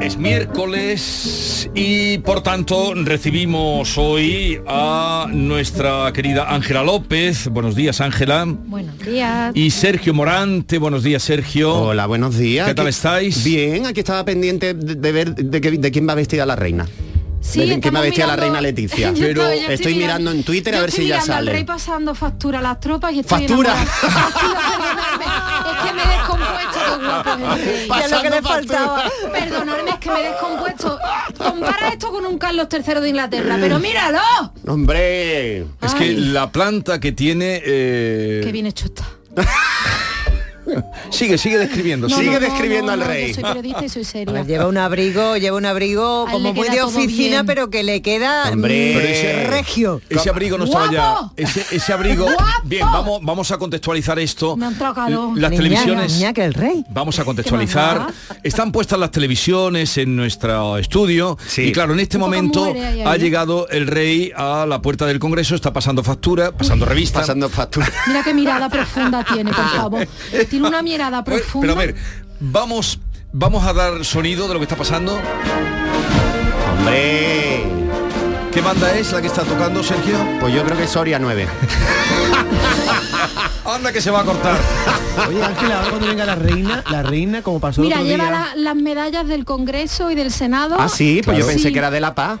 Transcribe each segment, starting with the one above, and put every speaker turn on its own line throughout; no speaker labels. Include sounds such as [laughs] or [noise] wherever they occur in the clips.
Es miércoles y por tanto recibimos hoy a nuestra querida Ángela López. Buenos días Ángela.
Buenos días.
Y Sergio Morante. Buenos días Sergio. Hola,
buenos días.
¿Qué tal
Aquí-
estáis?
Bien, aquí estaba pendiente de, de ver de, qué- de quién va vestida la reina.
Sí,
de quién
estamos
va vestida la
mirando-
reina Leticia.
[laughs] Yo
Pero
yo
estoy, mirando en Twitter a
yo
ver
estoy
si ya
mirando al
sale.
rey pasando factura a las tropas y estoy
Factura.
enamorada.
[laughs]
Factura, perdonadme. Es que me he descompuesto, qué guapo es el rey.
Pasando
Ya es lo que le
factura.
faltaba. Perdonadme, es que me he descompuesto. Compara esto con un Carlos III de Inglaterra, pero míralo.
Hombre. Es que
Ay.
la planta que tiene... eh,
Qué bien hecho está.
Sigue, sigue describiendo.
No,
sigue
no, no,
describiendo
no,
al
no,
rey. Ah,
Yo soy periodista y soy seria.
Pues lleva un abrigo, lleva un abrigo
A él
como
le
muy
queda
de
todo
oficina,
bien.
pero que le queda
Hombre.
mm,
Pero ese-
regio.
Ese abrigo no estaba
¡Guapo!
ya. Ese, ese abrigo.
¡Guapo!
Bien, vamos, vamos a contextualizar esto.
Me han trocado.
Las
Niñaca,
televisiones.
niñaca, el rey.
Vamos a contextualizar. Están puestas las televisiones en nuestro estudio. Y claro, en este
Un poco
momento
muere ahí,
ha
ahí.
¿eh?
llegado el rey a la puerta del Congreso, está pasando factura, pasando revista. Pasando
factura.
Mira qué mirada profunda tiene, por favor. Tiene una mirada profunda.
Pero a ver, vamos, vamos a dar sonido de lo que está pasando.
Hombre.
¿Qué banda es la que está tocando, Sergio?
Pues yo creo que es Soria 9.
[laughs] Anda que se va a cortar.
[laughs] Oye, Ángela, ahora cuando venga la reina, la reina, como pasó
Mira,
el otro
lleva
día...
la- las medallas del Congreso y del Senado.
Ah, sí, pues yo pensé
Sí.
que era de la paz.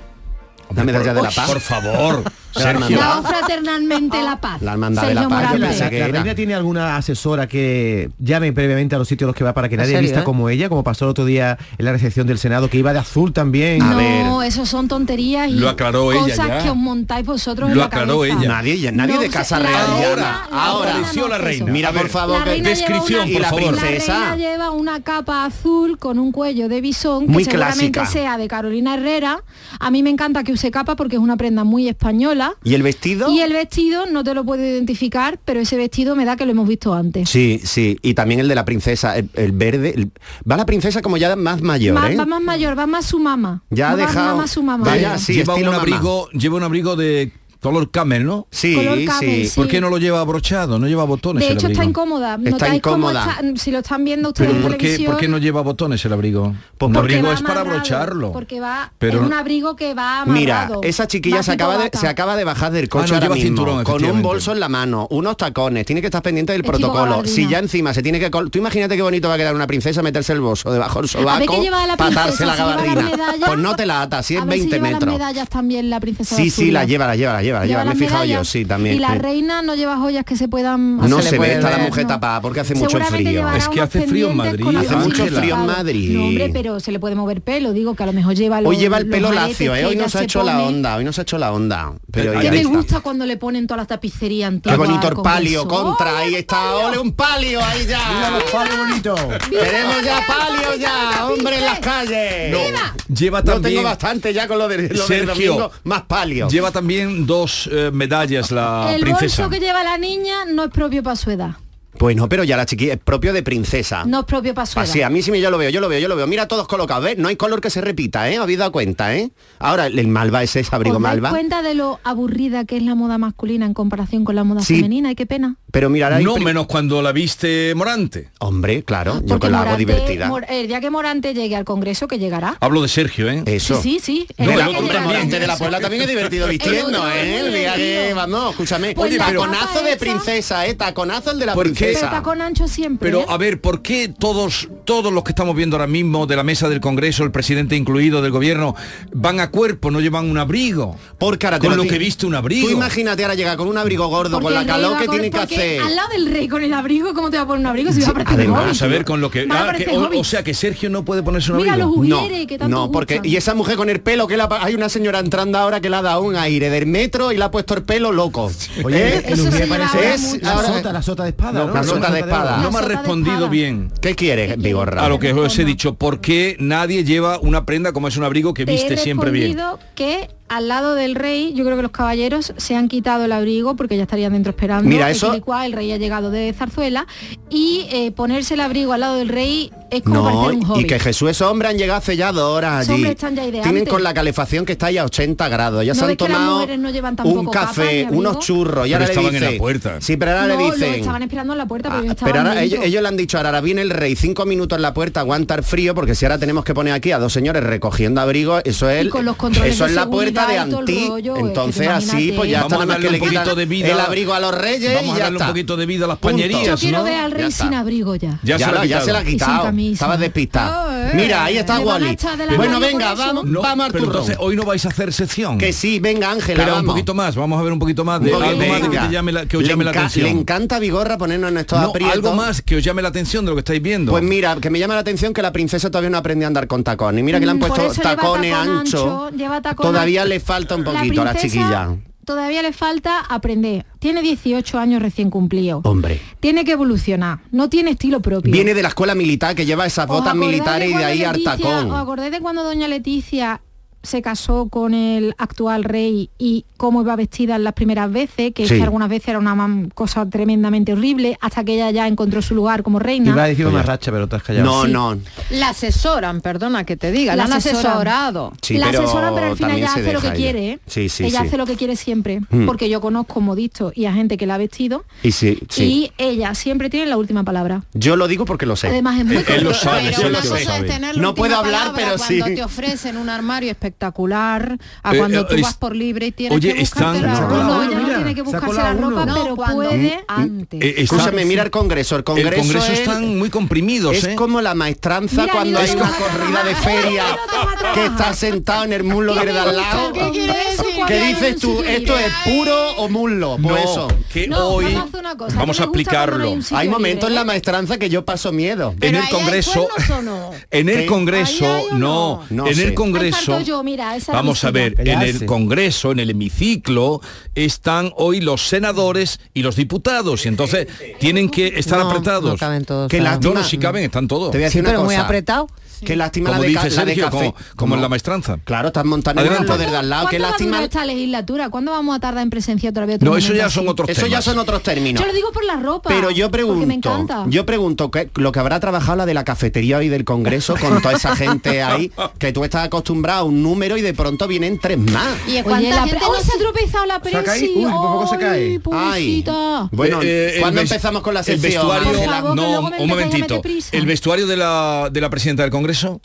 La medalla de la
Uy.
paz.
Por favor, [laughs]
Sergio.
Daos fraternalmente la paz.
La hermandad de la
Sergio
paz, yo
Morante.
pensé que
¿La
era.
reina tiene alguna asesora que llame previamente a los sitios a los que va para que
¿En
nadie
serio,
vista
eh?
como ella, como pasó el otro día en la recepción del Senado, que iba de azul también?
No, eso son tonterías y
Lo aclaró ella
cosas
ya.
que os montáis vosotros en
Lo
la
aclaró
cabeza.
ella.
Nadie, ya- nadie
No
de
sé,
casa
la
real.
reina-
ahora,
la
ahora.
reina no
la
hace eso.
reina. Mira, por favor,
La
que
reina lleva una,
y la
La
princesa.
reina lleva una capa azul con un cuello de bisón que
Muy
seguramente
clásica.
sea de Carolina Herrera. A mí me encanta que use capa porque es una prenda muy española.
¿Y el vestido?
Y el vestido no te lo puedo identificar, pero ese vestido me da que lo hemos visto antes.
Sí, sí, y también el de la princesa, el, el verde. el- Va la princesa como ya más mayor,
Va,
¿eh?
va más mayor, va más su mamá.
Ya ha
Va más-
dejado-
va más su mamá.
Vaya, sí,
lleva un
estilo mamá.
abrigo, lleva un abrigo de color camel, ¿no?
Sí,
Color camel, sí.
¿Por qué no lo lleva abrochado? No lleva botones.
De
el
hecho está
abrigo?
incómoda.
Está
Notáis cómo
incómoda.
está- si lo están viendo ustedes
Pero
en
¿por qué,
televisión.
por qué no lleva botones el abrigo? Pues el
porque
abrigo
va
es para
amarrado,
abrocharlo.
Porque va
Pero-
es un abrigo que va
Mira,
amarrado.
esa chiquilla
Va
se
tipo
acaba, de,
bata.
se acaba de bajar del coche
Ah, no,
ahora
lleva
mismo,
cinturón,
con un
efectivamente.
bolso en la mano, unos tacones, tiene que estar pendiente del
Es tipo
protocolo.
gabardina.
Si ya encima se tiene que... col- Tú imagínate qué bonito va a quedar una princesa meterse el bolso debajo del
A ver
sobaco,
qué lleva la princesa,
patarse la
si lleva las
gabardina.
medallas.
Pues no te la atas, si
A
es
ver si
20
lleva
metros.
las medallas también la princesa
Sí,
de
sí, la
Asturias.
lleva, la lleva, la lleva, la lleva, me he
las
fijado yo,
medallas.
sí, también.
Y la
sí.
reina no lleva joyas que se puedan
No se, ve,
puede
está la
ver,
mujer
no.
tapada porque hace mucho
Seguramente
frío.
llevará unos pendientes con los
Hace mucho
bolsillos
frío en
tapados.
Madrid.
No, hombre, pero se le puede mover pelo, digo que a lo mejor lleva los,
hoy lleva el
los
pelo
aretes
lacio, ¿eh?
que
hoy
ella
no se ha
se
hecho la
pone.
onda, hoy no se ha hecho la onda. Pero
Que
ya
me
está.
gusta cuando le ponen toda la tapicería antigua.
Qué bonito el
con
palio
eso.
contra, ahí está, ole un palio ahí ya.
Mira los palos bonitos.
Tenemos ya palio ya, hombre en las calles.
Lleva
No
también-
tengo bastante ya con lo de lo del
Sergio,
domingo, más palio.
Lleva también dos eh, medallas la
El
princesa.
bolso que lleva la niña no es propio para su edad.
Pues no, pero ya la chiquilla es propio de princesa.
No es propio para su edad.
Así, a mí Pues sí me yo lo veo, yo lo veo, yo lo veo. Mira todos colocados, ¿ves? No hay color que se repita, ¿eh? ¿Habéis dado cuenta, eh? Ahora, el malva ese, es abrigo
¿Os dais
malva.
cuenta de lo aburrida que es la moda masculina en comparación con la moda
Sí.
femenina? ¡Ay, qué pena!
Pero mirará
No menos cuando la viste Morante.
Hombre, claro,
yo
Porque Morante- Mor- el día que Morante llegue al Congreso, que llegará.
Hablo de Sergio, ¿eh?
Eso.
Sí, sí, sí.
De
El
la-
día que
hombre,
llegará al
Morante de la
Congreso.
Puebla también es divertido vistiendo,
[laughs] El
¿eh?
otro
El día
muy
que,
divertido.
vamos, escúchame.
Pues
Oye,
la
taconazo
capa
de
esa-
princesa, ¿eh? Taconazo el de la
¿Por qué?
Pero
princesa.
está con ancho siempre. ¿eh?
Pero a ver, ¿por qué todos todos los que estamos viendo ahora mismo de la mesa del Congreso, el presidente incluido del gobierno, van a cuerpo, no llevan un abrigo?
Porque ahora te
con
lo
lo
digo.
que viste un abrigo.
Tú imagínate ahora llegar con un abrigo gordo,
Porque
con la
el rey
calor
va
que
con-
tienen que
porque
entonces.
al lado del rey con el abrigo, ¿cómo te va a poner un abrigo si
Sí,
vas a parecer
además,
hobbit?
Vamos a ver con lo que...
Vas a
ah,
parecer
que- o,
hobbit.
o sea, que Sergio no puede ponerse un
Mira
abrigo.
los
No,
ujieres que tanto
no, porque
gustan.
y esa mujer con el pelo que la, hay una señora entrando ahora que le ha dado un aire del metro y le ha puesto el pelo loco.
Oye,
¿Eh?
el
Eso
Ujier
se lleva
parece
ahora
la,
mucho.
sota, la sota de espada,
No,
¿no?
la sota de espada.
No me ha
Sota de
respondido
espada.
bien.
¿Qué quieres, Vigorra?
A lo que os he dicho, ¿por qué nadie lleva una prenda como es un abrigo que
Te
viste
he
siempre bien?
respondido que al lado del rey, yo creo que los caballeros se han quitado el abrigo porque ya estarían dentro esperando.
Mira,
el
eso-
quilicua, el rey ha llegado de Zarzuela y eh, ponerse el abrigo al lado del rey es como
No,
parecer un
y
hobby.
que Jesús, esos hombres han llegado hace ya dos horas
Esos
allí.
hombres están ya ahí de
Tienen
antes.
con la calefacción que está ahí a 80 grados. Ya
¿No
se han
ves que las
tomado
mujeres no llevan tampoco
un
capas ni
café,
abrigo?
unos churros. Y
Pero
ahora le
estaban en
dicen-
la puerta.
Sí, pero ahora
No,
le
los
dicen.
estaban esperando en la puerta, pero
Ah,
yo estaba
ahora
dentro.
ellos, ellos le han dicho, ahora viene el rey, cinco minutos en la puerta, aguanta el frío, porque si ahora tenemos que poner aquí a dos señores recogiendo abrigos, eso es,
Y con los controles
eso
de
es la
seguridad
puerta de
y todo el
Antí.
rollo, es que
Entonces
te
así,
imagínate,
pues
¿eh?
ya
Vamos
está, nada
a
más
darle
que
un
le
poquito
quitan
de vida.
el abrigo a los reyes
Vamos
y
a
ya
darle un
está.
poquito de vida a las
Punto.
pañerías,
Yo
¿no?
quiero ver al rey
Ya
sin
está.
abrigo ya.
Ya
Ya,
se lo
la-
ha
ya
quitado.
se la ha
sin
quitado.
camisa.
Estaba despistada.
Ah, eh.
Mira, ahí está
Le van a
Wally.
echar de la
Bueno,
mano
venga,
por eso,
vamos,
No,
vamos al
pero
turno.
entonces hoy no vais a hacer sección.
Que sí, venga Ángela,
Pero un
vamos.
poquito más, vamos a ver un poquito más de
Un poquito
algo más de que,
venga.
te llame la, que os
Le
llame la
enca-
atención.
Le encanta a Vigorra ponernos en estos
No,
aprietos.
algo más que os llame la atención de lo que estáis viendo.
Pues mira, que me llama la atención que la princesa todavía no aprende a andar con tacones. Y mira que le han
Mm, por
puesto
eso lleva
tacones
tacón
anchos.
ancho, lleva tacón
todavía
ancho.
le falta un poquito a la
princesa
chiquilla.
Todavía le falta aprender. Tiene 18 años recién cumplido.
Hombre.
Tiene que evolucionar. No tiene estilo propio.
Viene de la escuela militar que lleva esas
¿Os
botas
acordáis
militares y de
cuando
ahí al
Leticia- ¿Os
tacón.
acordáis de cuando doña Leticia se casó con el actual rey y cómo iba vestida en las primeras veces? Que, es
Sí.
que algunas veces era una mam- cosa tremendamente horrible hasta que ella ya encontró su lugar como reina.
Iba a decir una racha, pero te has callado.
No, no.
La asesoran, perdona que te diga, la,
La
han
asesoran.
asesorado.
Sí,
la
pero
asesora, pero al final
Oh, también
ella
se
hace lo que
deja ella.
quiere. ¿eh?
Sí, sí,
ella
sí.
hace lo que quiere siempre,
Mm.
porque yo conozco modisto y a gente que la ha vestido
Y sí, sí.
y ella siempre tiene la última palabra.
Yo lo digo porque lo sé.
Además es muy
Él- él lo
complicado.
sabe,
Pero
sí,
una
lo
cosa
sabe.
es tener la
No
última
puedo hablar,
palabra
pero
cuando
sí.
te ofrecen un armario espectacular, a
Eh,
cuando
eh,
tú
es-
vas por libre y tienes
Oye,
que buscarte
están-
la
No,
No,
ropa.
ella no
mira,
tiene que
se ha
buscarse la
colado
ropa,
uno.
pero
cuando-
puede.
antes.
Eh, está-
Escúchame, mira el Congreso. El
el
Congreso,
Congreso
es-
están muy comprimidos,
Es
¿eh?
como la maestranza
Mira,
cuando
ni
hay
lo
una
vas a
corrida de
trabajar.
feria
Ni lo vas a trabajar.
que está sentado en el muslo verde al lado.
¿Qué quiere decir?
¿Qué dices tú? ¿Esto es puro o muslo? Pues
No,
eso.
que
No,
hoy
vamos a hacer una cosa,
vamos
¿qué
a
te gusta cuando no
aplicarlo.
hay un sitio
Hay momentos en
libre,
la
eh?
maestranza que yo paso miedo.
en
Pero
el
ahí hay
Congreso,
cuernos o no?
en el
¿Qué?
¿Ahí
Congreso,
hay o
no,
no?
¿Eh? No
en el
sé.
Congreso,
Ahí falto yo, mira, esa
vamos a
visita.
ver, en el
Callarse.
Congreso, en el hemiciclo, están hoy los senadores y los diputados, y entonces tienen que estar
No,
apretados.
no caben todos,
Qué
claro.
lástima.
No, no, si caben, están todos.
Te voy a
Sí,
decir una
pero muy
cosa.
apretado.
Qué lástima
Como
la de, ca-
dice
la de
Sergio,
café.
como, como en la maestranza.
Claro, estás montando en el
Adelante.
poder de al lado. Qué
¿Cuándo va a
lástima.
durar esta legislatura? ¿Cuándo vamos a tardar en presenciar otra vez? otro
No, eso
momento
ya
así?
son otros
Eso ya
temas.
son otros términos.
Yo lo digo por la ropa.
Pero yo
porque me
pregunto,
encanta.
yo pregunto que lo que habrá trabajado la de la cafetería hoy del Congreso con toda esa gente
[laughs]
ahí, que tú estás acostumbrado a un número y de pronto vienen tres más.
Y es
Oye,
cuánta
la
gente
pre- ¡Uy,
no
se ha
se-
tropezado la
Se ha
prensa!
caído. Uy, por poco se cae.
¡Ay, pobrecita!
Bueno,
Eh, eh, el
¿cuándo
ves-
empezamos con la
El
sesión?
vestuario,
Por favor, que
no,
luego me
un
empezáis a meter
momentito.
prisa.
El vestuario de la, de la presidenta del Congreso.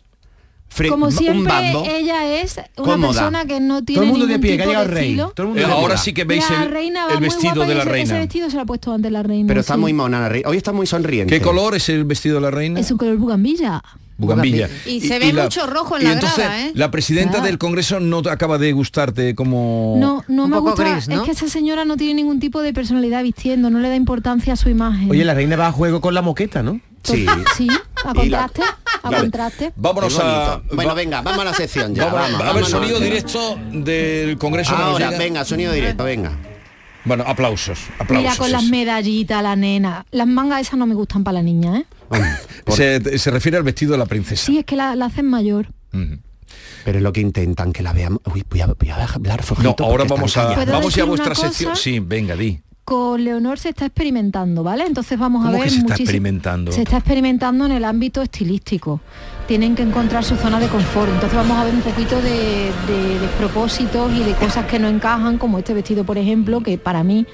Fre-
Como
un
siempre,
bando.
ella es una
Cómoda.
persona que no tiene
Todo el mundo de
ningún
pie, que
tipo
ha llegado el
de
rey.
estilo.
Todo el mundo
Eh,
de
ahora
pie.
sí que veis
la
el,
reina va
el
muy
vestido
guapa
de
y
la
ese- Ese
reina.
vestido se lo ha puesto antes la reina.
Pero está
sí.
muy mona la reina. Hoy está muy sonriente.
¿Qué color es el vestido de la reina?
Es un color bugambilla.
Bugambilla.
Y se ve mucho rojo en
y
la
entonces,
grada, ¿eh?
La presidenta
Claro.
del Congreso no te acaba de gustarte como.
No, no
Un
me
poco
gusta.
gris,
Es
¿no?
que esa señora no tiene ningún tipo de personalidad vistiendo, no le da importancia a su imagen. Pues, ah,
Oye, la reina va a juego con la moqueta, ¿no?
Sí. Y
Sí, a
la-
contraste, a
Vale.
contraste.
Vámonos
Qué
a.
bonito. Bueno, venga, vamos a la sección
[laughs]
ya.
vamos,
vamos,
a ver,
vámonos.
sonido directo del Congreso. que nos
Ahora,
llega.
venga, sonido directo, venga.
Bueno, aplausos. aplausos
Mira, con las
eso.
medallitas, la nena. Las mangas esas no me gustan para la niña, ¿eh?
Por-
se, se refiere al vestido de la princesa.
Sí, es que la, la hacen mayor.
Pero es lo que intentan que la veamos. Uy, voy a, voy a hablar
No,
flojito porque
ahora
están
vamos a,
callados.
¿Puedo
vamos ya
decir
a vuestra
una cosa?
sección. Sí, venga, di.
Con Leonor se está experimentando, ¿vale? Entonces vamos a
¿Cómo
ver
que se está
muchísimo-
experimentando?
Se está experimentando en el ámbito estilístico. Tienen que encontrar su zona de confort. Entonces vamos a ver un poquito de, de despropósitos y de cosas que no encajan, como este vestido, por ejemplo, que para mí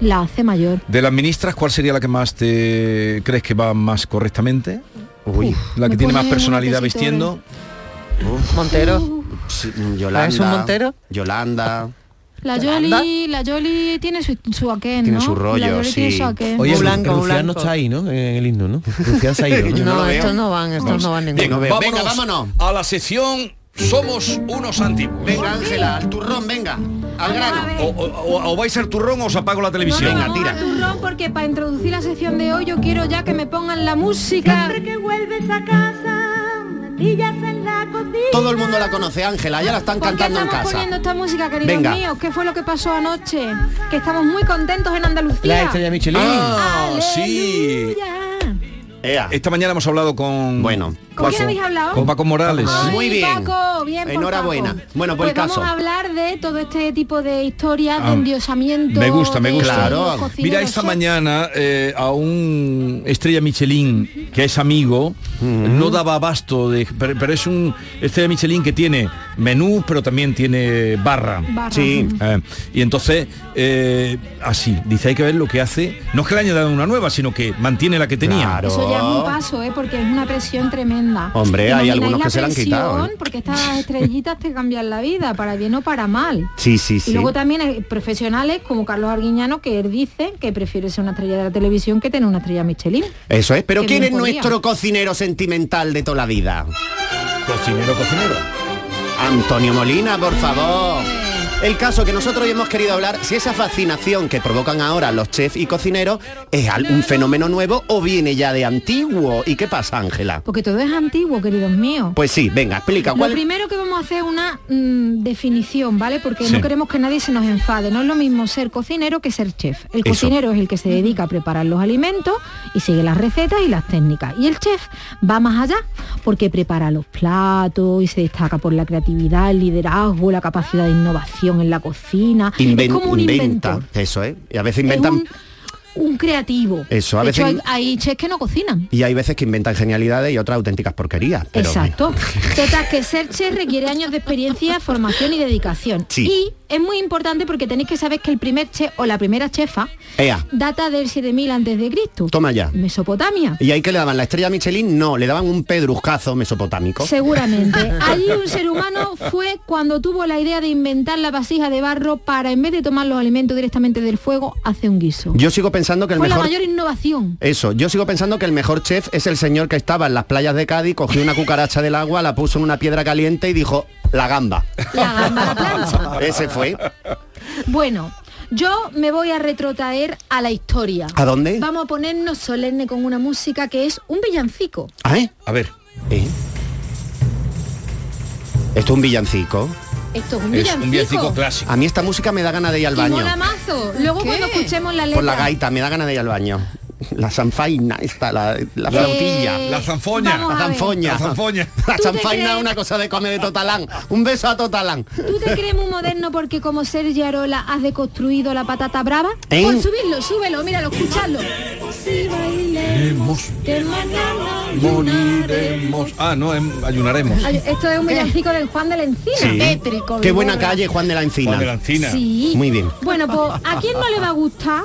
la hace mayor.
De las ministras, ¿cuál sería la que más te crees que va más correctamente?
Uy,
La que
Me
tiene
pone
más personalidad
una tesitura.
vistiendo.
Montero.
sí, Yolanda.
¿Es un Montero?
Yolanda.
La
¿Yolanda?
Yoli, la Yoli tiene su, su aquel,
Tiene
¿no?
su rollo,
la Yoli tiene
sí.
su aquel.
Oye,
Oye,
blanco,
Rufián no
blanco.
está ahí, ¿no? En el himno, ¿no? Rufián se ha ido.
Yo
No,
no lo veo.
estos no van, estos no van
Bien,
ninguno.
no veo.
vámonos,
Venga, vámonos.
a la sección Somos unos antiguos.
Venga, Ángela, al turrón, venga. Al grano.
Vamos a ver.
O, o- o- o vais al turrón o os apago la televisión.
No, no, no, turrón, porque para introducir la sección de hoy yo quiero ya que me pongan la música.
Siempre que vuelves a casa, natillas en la cocina.
Todo el mundo la conoce, Ángela, ya la están
¿Por qué
cantando en
estamos
casa.
poniendo esta música, queridos
Venga.
míos? ¿Qué fue lo que pasó anoche? Que estamos muy contentos en Andalucía.
La estrella Michelin.
Ah, sí.
Aleluya.
Ea.
Esta mañana hemos hablado con...
Bueno.
¿Con quién habéis hablado?
Con Paco Morales.
Ah. Muy
Ay,
bien.
Paco, bien por
Enhorabuena.
Paco.
Bueno, por el
Pues vamos
caso.
a hablar de todo este tipo de historias,
Ah,
de endiosamiento.
me gusta, me
de
gusta.
los
Claro.
cocineros,
Mira, esta
chefs.
mañana eh, a un estrella Michelin, que es amigo, no daba abasto, de, pero, pero es un estrella Michelin que tiene menú, pero también tiene barra.
Barra.
Sí.
Eh, y entonces, eh, así, dice, hay que ver lo que hace. No es que le haya dado una nueva, sino que mantiene la que tenía.
Claro.
Eso ya es un paso, ¿eh? porque es una presión tremenda.
Hombre, hay
¿Imagináis
algunos
la
que se la han
presión?
quitado, ¿eh?
Porque estas estrellitas te cambian la vida, para bien o para mal.
Sí, sí,
Y
sí.
luego también hay profesionales como Carlos Arguiñano que él dice que prefiere ser una estrella de la televisión que tener una estrella Michelin.
Eso es. Pero
Qué
¿quién es
bien podía.
nuestro cocinero sentimental de toda la vida?
Cocinero, cocinero.
Antonio Molina, por favor. El caso que nosotros hoy hemos querido hablar, si esa fascinación que provocan ahora los chefs y cocineros es al- un fenómeno nuevo o viene ya de antiguo. ¿Y qué pasa, Ángela?
Porque todo es antiguo, queridos míos.
Pues sí, venga, explica
Lo
cuál.
primero que vamos a hacer es una mm, definición, ¿vale? Porque
Sí.
no queremos que nadie se nos enfade. No es lo mismo ser cocinero que ser chef. El
Eso.
cocinero es el que se dedica a preparar los alimentos y sigue las recetas y las técnicas. Y el chef va más allá porque prepara los platos y se destaca por la creatividad, el liderazgo, la capacidad de innovación en la cocina.
Inven-
es como un
inventa.
inventor.
Eso es. Y a veces
Es
inventan.
un, un creativo.
Eso, a
De hecho,
veces-
hay, hay chefs que no cocinan.
Y hay veces que inventan genialidades y otras auténticas porquerías. pero-
Exacto. Total, que ser chef requiere años de experiencia, formación y dedicación.
Sí.
Y es muy importante porque tenéis que saber que el primer chef o la primera chefa
Ea.
data del 7000 antes de Cristo.
Toma ya.
Mesopotamia.
¿Y ahí que le daban? ¿La estrella Michelin? No, le daban un pedruscazo mesopotámico.
Seguramente. Eh, Allí un ser humano fue cuando tuvo la idea de inventar la vasija de barro para, en vez de tomar los alimentos directamente del fuego, hacer un guiso.
Yo sigo pensando que el
fue la
mejor.
mayor innovación.
Eso, yo sigo pensando que el mejor chef es el señor que estaba en las playas de Cádiz, cogió una cucaracha del agua, la puso en una piedra caliente y dijo, la gamba.
La gamba a la plancha.
Ese fue.
Bueno, yo me voy a retrotraer a la historia.
¿A dónde?
Vamos a ponernos solemne con una música que es un villancico.
Ah, ¿eh?
A ver,
¿Eh? Esto es un villancico.
Esto es un
es
villancico.
un villancico clásico.
A mí esta música me da ganas de ir al
Y
baño.
mola mazo. Luego
¿Qué?
cuando escuchemos la letra.
Por la gaita, me da ganas de ir al baño. La sanfaina, esta, la, la flautilla.
Eh,
La zanfoña.
vamos
La
a ver.
zanfoña.
La zanfoña.
La
¿Tú te
zanfaina es
crees?
una cosa de comer de Totalán. Un beso a Totalán.
¿Tú te crees muy moderno porque como Sergio Arola has deconstruido la patata brava?
¿Eh?
Pues subirlo, súbelo, míralo, escuchadlo.
Moriremos. Ah, no, em- ayunaremos.
Ay, Esto es un villancico del Juan de la Encina.
Sí.
Tétrico,
Qué
mi
buena
gorra.
calle, Juan de la Encina.
Juan de la Encina.
Sí.
Muy bien.
Bueno, pues ¿a quién no le va a gustar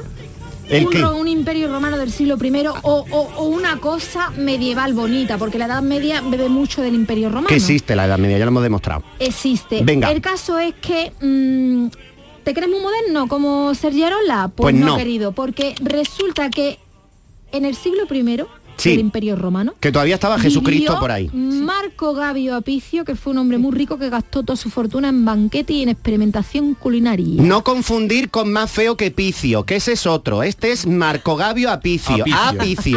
¿El
un,
qué?
ro- un imperio romano del siglo I o, o- o una cosa medieval bonita? Porque la Edad Media bebe mucho del imperio romano.
Que existe la Edad Media, ya lo hemos demostrado.
Existe.
Venga.
El caso es que... mm, ¿Te crees muy moderno como Sergio Arola? Pues,
Pues
no,
no.
querido, porque resulta que en el siglo I
Sí.
del Imperio Romano
Que todavía estaba Jesucristo
vivió
por ahí.
Marco Gabio Apicio, que fue un hombre muy rico que gastó toda su fortuna en banquete y en experimentación culinaria.
No confundir con más feo que Picio, que ese es otro. Este es Marco Gabio Apicio.
Apicio.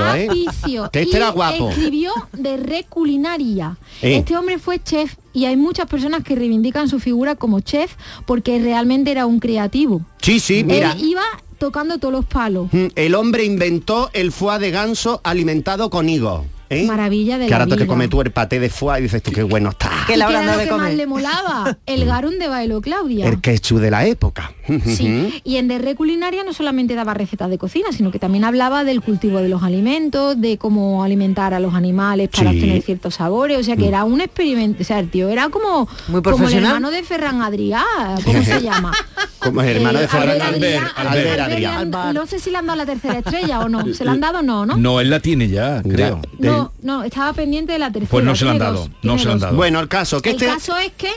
Apicio, ¿eh?
Apicio.
Que este
Y
era guapo.
Escribió de re culinaria.
Eh.
Este hombre fue chef y hay muchas personas que reivindican su figura como chef porque realmente era un creativo.
Sí, sí, mira.
Él iba tocando todos los palos.
Mm, El hombre inventó el foie de ganso alimentado con higo. ¿eh?
Maravilla de
que
la
ahora te
vida.
comes tú el paté de foie y dices tú qué bueno está.
Que
¿Y
la
qué
habrán
era
dado de
lo que más le
comer.
[laughs]
molaba? El garún de bailo Claudia.
Mm. El ketchup de la época.
Sí, y en Derre Culinaria no solamente daba recetas de cocina, sino que también hablaba del cultivo de los alimentos, de cómo alimentar a los animales para
Sí. Mm.
obtener ciertos sabores, o sea que era un experimento, o sea, el tío era como,
Muy
como el
[laughs]
profesional.
hermano de Ferran Adrià, ¿cómo se llama?
Como el hermano de Ferran Adrià.
Albert, Albert, Albert.
Albert Adrià.
Adrián.
No sé si le han dado la tercera estrella o no. ¿Se la han dado
[laughs]
o no, no?
No, él la tiene ya, creo.
No, no, estaba pendiente de la tercera.
Pues no se la han
Tiene
dado,
dos,
no
tiene
se la han
dos.
dado.
Bueno, el caso, que
El
este...
caso es que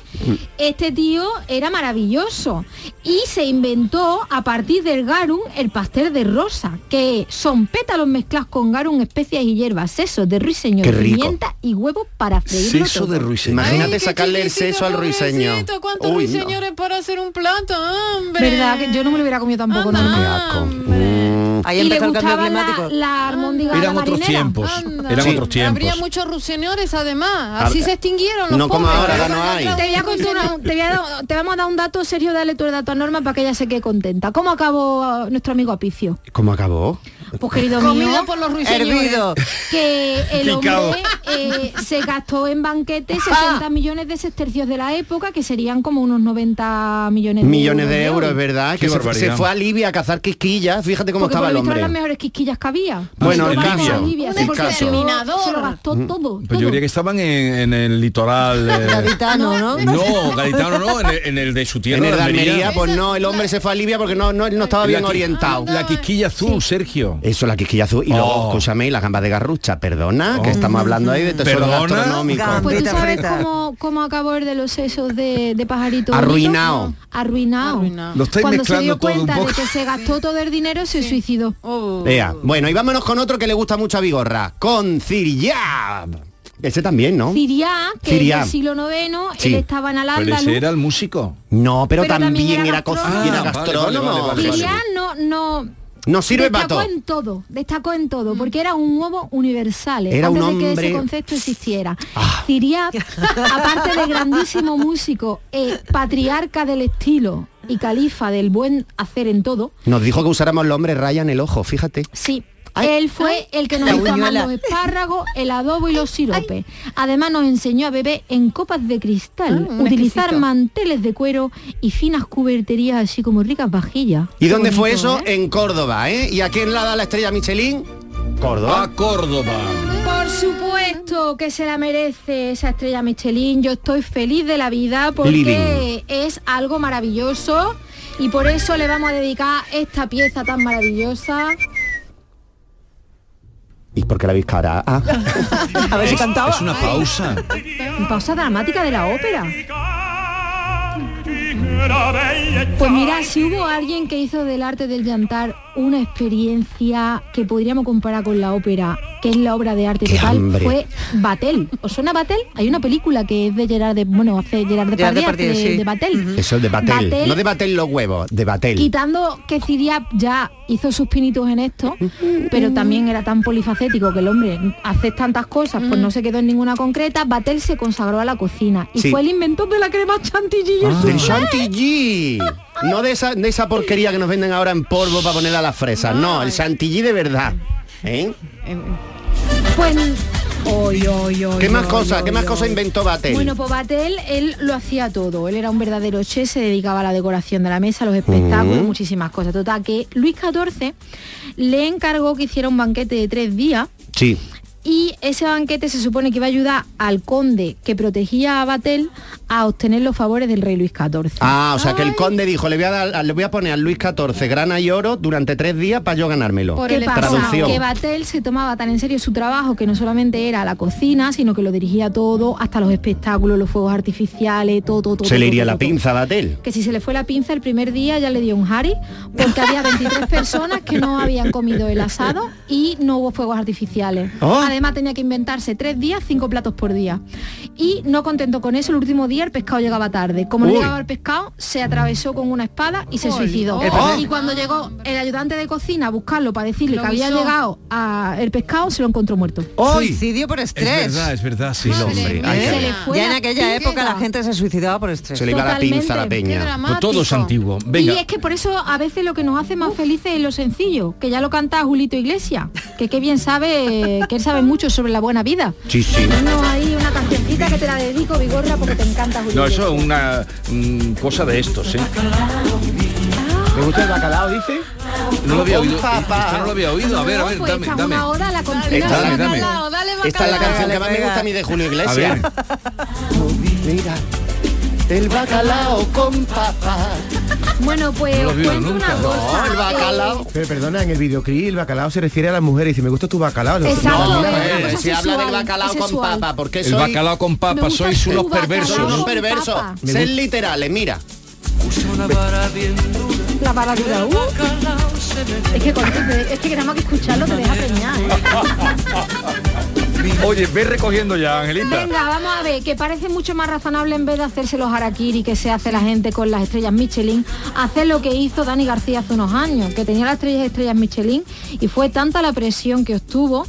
este tío era maravilloso y se inventó a partir del garum el pastel de rosa, que son pétalos mezclados con garum, especias y hierbas, sesos de ruiseñor,
Qué rico.
pimienta y huevos para freírlo
Seso
todo.
de ruiseñor.
Imagínate
Ay, qué
sacarle el
chiquitito,
seso al ruiseño.
pobrecito, ¿Cuántos
Uy, no.
ruiseñores para hacer un plato, hombre?
¿Verdad? Que yo no me lo hubiera comido tampoco.
Anda.
no.
Qué asco. Mm.
Ahí
Y le
empezó el cambio
gustaba la,
climático.
la almóndiga a la
Eran otros
marinera.
tiempos,
Anda.
eran
Sí.
otros tiempos.
Habría muchos ruiseñores además. Así
Habla-
se extinguieron los
No como
pobres.
ahora, ya no hay.
Te voy a contar una- te, voy a dar- te vamos a dar un dato, Sergio, dale tú el dato a Norma para que ella se quede contenta. ¿Cómo acabó eh, nuestro amigo Apicio?
¿Cómo acabó?
Pues querido mío,
Comida por los ruiseñores.
Hervido.
que el
Picao.
hombre eh, se gastó en banquetes
Ah.
60 millones de sestercios de la época, que serían como unos 90 millones de
Millones
euros
de euros, es verdad.
Qué
Que se,
barbaridad.
se fue a Libia a cazar quisquillas. Fíjate cómo
Porque
estaba
por
el
lo visto eran las
hombre.
mejorales quisquillas que había.
Bueno,
Se
el
lo gastó
caso, Mm.
a Libia,
el
sí, porque
caso.
se lo- se lo gastó todo.
Pues yo
todo.
diría que estaban en, en el litoral. eh,
Gaditano, ¿no?
no, gaditano no, en el, en el de su
En
tierra.
el de
Almería.
Almería, pues no, el hombre se fue a Libia porque no, no, él no estaba
La
bien
qui-
orientado.
Ah,
La quisquilla azul, Sergio.
Eso, la quisquilla azul. Y luego,
Oh.
escúchame, y las gambas de garrucha. Perdona, que estamos hablando ahí de tesoro
Perdona.
gastronómico.
Gamba.
Pues tú
Frita,
sabes
frita.
cómo, cómo acabó el de los sesos de, de pajarito. bonito?
Arruinao.
Arruinao.
Arruinao.
Lo estáis
Cuando se
mezclando
dio
todo un
cuenta de
poco.
que se gastó todo el dinero, se suicidó.
Oh.
Ea. Bueno, y vámonos con otro que le gusta mucho a Vigorra. Con Ciryab. Ese también, ¿no?
Ciriá, que
Ciriá.
en el siglo IX,
Sí.
él estaba en
Pero
Al-Ándalus.
ese era el músico.
No, pero,
Pero también
también,
era
era cocina,
gastrónomo.
gastrónomo.
Vale, vale, vale, vale,
Ciriá no, no...
No sirve para
destacó
todo.
en todo, destacó en todo, porque era un nuevo universal,
Era
antes
un
de que
hombre- Ah.
ese concepto existiera.
[laughs]
Ciriá, aparte de grandísimo músico, eh, patriarca del estilo y califa del buen hacer en todo,
Nos dijo que usáramos el hombre raya en el ojo, fíjate.
Sí. Él fue el que nos
La
hizo amar
buñuela.
los espárragos, el adobo y los siropes. Además nos enseñó a beber en copas de cristal,
Ah, un
utilizar
exquisito.
manteles de cuero y finas cuberterías, así como ricas vajillas.
¿Y
Qué
dónde fue eso?
bonito, ¿eh?
En Córdoba, ¿eh? ¿Y a quién la da la estrella Michelin? Córdoba.
A Córdoba.
Por supuesto que se la merece esa estrella Michelin. Yo estoy feliz de la vida porque
Living.
es algo maravilloso y por eso le vamos a dedicar esta pieza tan maravillosa.
¿Y por qué la habéis cara? Ah.
[laughs] A ver si cantaba.
Es una pausa.
Pausa dramática de la ópera. Pues mira, si hubo alguien que hizo del arte del llantar una experiencia que podríamos comparar con la ópera, que es la obra de arte
¡Qué
total,
hambre!
fue Batel. ¿Os suena Batel? Hay una película que es de Gerard de, bueno, hace Gerard de
Gerard
Depardieu,
Depardieu,
hace de,
sí.
de Batel.
Eso es de Batel.
Batel.
No de Batel los huevos, de Batel.
Quitando que Ciriap ya hizo sus pinitos
[laughs]
en esto, pero también era tan polifacético que el hombre hace tantas cosas, pues no se quedó en ninguna concreta, Batel se consagró a la cocina
Mm.
y
Sí.
fue el inventor de la crema chantilly. y el
Ah. Del
soufflé.
Chantilly. No de esa, de esa porquería que nos venden ahora en polvo para poner a las fresas. No, el Chantilly de verdad. ¿Eh?
Pues,
¿Qué más cosas? ¿Qué más cosas inventó Batel?
bueno, pues Batel, él lo hacía todo. Él era un verdadero chef, se dedicaba a la decoración de la mesa, los espectáculos, muchísimas cosas. Total, que Luis XIV le encargó que hiciera un banquete de tres días
sí.
y ese banquete se supone que iba a ayudar al conde que protegía a Batel a obtener los favores del rey Luis XIV.
Ah, o sea que el conde dijo, le voy a, dar, le voy a poner a Luis XIV grana y oro durante tres días para yo ganármelo.
Por
¿Qué
el
pasa?
Traducción.
Que Batel se tomaba tan en serio su trabajo que no solamente era la cocina, sino que lo dirigía todo, hasta los espectáculos, los fuegos artificiales, todo, todo, todo.
Se le
todo,
iría la
todo, todo.
pinza a Batel.
que si se le fue la pinza el primer día ya le dio un Harry, porque
[laughs]
había 23 personas que no habían comido el asado y no hubo fuegos artificiales.
Oh.
Además tenía que inventarse tres días, cinco platos por día. Y no contento con eso, el último día el pescado llegaba tarde. Como no
Uy.
llegaba el pescado, se atravesó con una espada y se
Ole.
suicidó.
Oh.
Y cuando llegó el ayudante de cocina a buscarlo para decirle
Lo
que había
avisó.
llegado a el pescado, se lo encontró muerto.
Suicidio por
Es
estrés.
verdad, es verdad, sí.
Madre
hombre,
mía.
hay que
¿Eh?
Se le
fue
Ya en
la
aquella época
píldora.
la gente se suicidaba por estrés.
Se le iba la
Totalmente.
pinza a la
Qué
peña.
dramático.
Pues todo es antiguo. Venga.
Y es que por eso a veces lo que nos hace más felices es lo sencillo, que ya lo canta Julito Iglesias, que qué bien sabe, que él sabe mucho sobre la buena vida.
Sí, sí.
No hay una cancioncita que te la dedico, Vigorra, porque te encanta Julito.
No, eso es una mm, cosa de estos, ¿eh?
¿Me gusta el bacalao, dice?
No lo había oído.
Con papa.
Esto no lo había oído. A ver, a ver,
pues
dame,
esta es
dame.
una hora la
Esta
confina.
la-
dame.
bacalao, dale
Esta es la
bacalao.
canción que más me gusta a mí de Julio
A
Iglesias.
ver.
Mira. El bacalao con papas.
Bueno, pues
No lo
os
vio
cuento
nunca.
una cosa.
No, el bacalao.
eh,
Pero perdona, en el videoclip el bacalao se refiere a las mujeres y dice, me gusta tu bacalao. Le digo,
Exacto.
"No,
No,
es
eh,
a
una
ver,
cosa
si habla del
sexual,
bacalao
es
con
sexual.
papa, porque
El
soy
bacalao con
Me
papa,
gusta
sois
tu
unos
soy
bacalao.
perversos.
un
con
perverso.
papa.
Me
Ser
gusta-
literales, mira.
La palabra, uh. Es que con- es que nada más que escucharlo te deja peñar, ¿eh?
Oye, ve recogiendo ya, Angelita.
Venga, vamos a ver, que parece mucho más razonable en vez de hacerse los harakiri que se hace la gente con las estrellas Michelin, hacer lo que hizo Dani García hace unos años, que tenía las estrellas estrellas Michelin y fue tanta la presión que obtuvo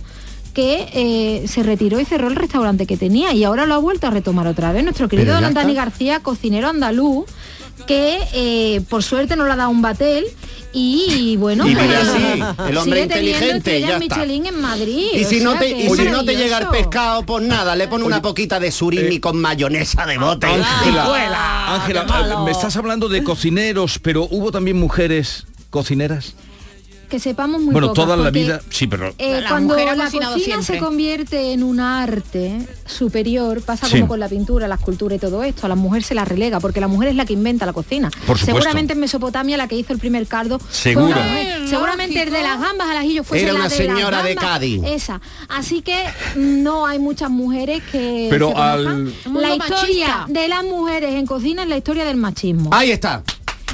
que eh, se retiró y cerró el restaurante que tenía y ahora lo ha vuelto a retomar otra vez nuestro querido
Pero ya
don Dani
está.
García, cocinero andaluz, que eh, por suerte no le ha dado un batel y bueno,
Y vive
pues,
así, el hombre
sigue teniendo
inteligente,
estrellas
ya está.
Michelin en Madrid.
Y
o
si, no
sea
te,
que
y
es
si no te llega el
maravilloso.
pescado, pues nada, le pone una poquita de
Eh.
surimi con mayonesa de bote.
Ah,
Y cuela.
Ángela, me estás hablando de cocineros, pero hubo también mujeres cocineras.
que sepamos muy
bueno,
pocas,
toda la
porque,
vida, sí, pero
eh,
La
cuando
mujer ha
la
cocinado
cocina se
siempre.
convierte en un arte superior, pasa
Sí.
como con la pintura, la escultura y todo esto, a la mujer se la relega, porque la mujer es la que inventa la cocina.
Por supuesto.
Seguramente en Mesopotamia la que hizo el primer caldo. fue
Seguro.
una mujer.
Ay,
Seguramente el de
lógico.
las gambas al ajillo fue
Era una
la de las
señora de
gambas,
Cádiz.
Esa. Así que mm, no hay muchas mujeres que
Pero
se conozcan.
al-
Un mundo
la historia
machista.
de las mujeres en cocina es la historia del machismo.
Ahí está.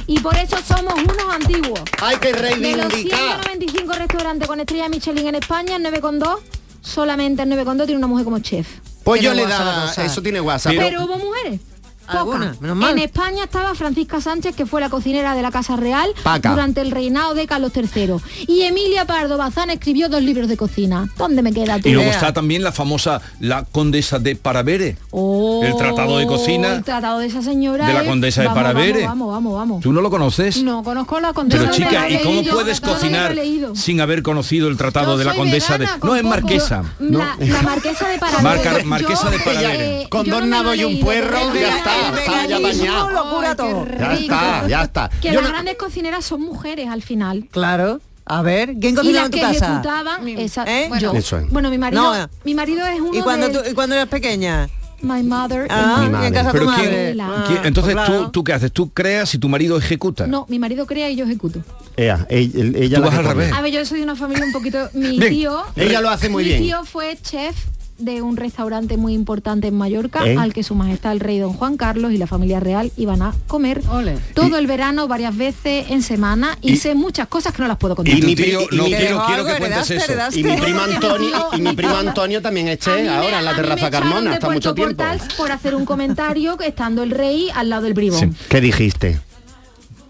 Y por eso somos unos antiguos.
Hay que
De los
reivindicar.
195 restaurantes con estrella Michelin en España, el 9,2, solamente el 9,2 tiene una mujer como chef.
Pues yo
Tiene
le
WhatsApp,
da.
WhatsApp.
Eso tiene WhatsApp.
Pero, hubo mujeres.
Alguna,
Pocas.
menos mal.
En España estaba Francisca Sánchez, que fue la cocinera de la Casa Real
Paca.
durante el reinado de Carlos III. Y Emilia Pardo Bazán escribió dos libros de cocina. ¿Dónde me queda tú?
y luego
Vea.
está también la famosa la condesa de Paravere.
Oh,
el tratado de cocina
El tratado de esa señora.
de la
es-
condesa de
vamos,
Paravere.
Vamos, vamos, vamos.
¿Tú no lo conoces?
No conozco la
Pero
condesa.
Yo no
chica,
lo
¿y
he
cómo
leído,
puedes
no lo he
cocinar
leído.
sin haber conocido el tratado
Yo
de la
soy
condesa
vegana,
de
con
No es
poco.
marquesa.
Yo- la, la marquesa de Paravere.
Marca- marquesa de
yo,
Paravere.
eh,
Con
yo
dos
no me lo
nabos
he
y un
leído,
puerro,
pero-
ya está,
el
está ya
veganismo
bañado.
lo cura todo.
Ya está, ya está.
Que
Yo
las
no-
grandes cocineras son mujeres al final.
Claro. A ver, ¿quién
Y
cocinaba
las
en tu
que
casa?
ejecutaban esa-
¿Eh?
yo.
Eso es.
Bueno, mi marido,
No.
mi marido es uno
¿Y cuando,
de
tú, y cuando eras pequeña?
my mother.
Ah,
Mi
¿y
madre.
en casa de
Pero
tu
¿quién-
madre?
quién-
Ah,
¿Quién- Entonces
pues
tú
claro.
tú qué haces? Tú creas y tu marido ejecuta.
No, mi marido crea y yo ejecuto.
Ea, el- ella
Tú
la
vas al
que come.
revés.
A ver, yo soy de una familia un poquito mi
Bien.
tío.
Ella lo hace muy
mi
bien.
tío fue chef de un restaurante muy importante en Mallorca
¿Eh?
al que su majestad el rey don Juan Carlos y la familia real iban a comer
Ole.
todo el verano varias veces en semana y, sé muchas cosas que no las puedo
Y,
contar.
tu
mi pri-
tío,
y
no
mi-
quiero,
Dejó
quiero
algo,
que cuentes
heredaste,
eso.
heredaste.
Y mi
[laughs]
primo Antonio, y mi primo Antonio también es
A mí
chef
me-
ahora en
a
la
mí me
terraza
echaron
Carmona,
de
está mucho
Puerto
tiempo.
Portals por hacer un comentario [laughs] estando el rey al lado del bribón.
¿Qué dijiste?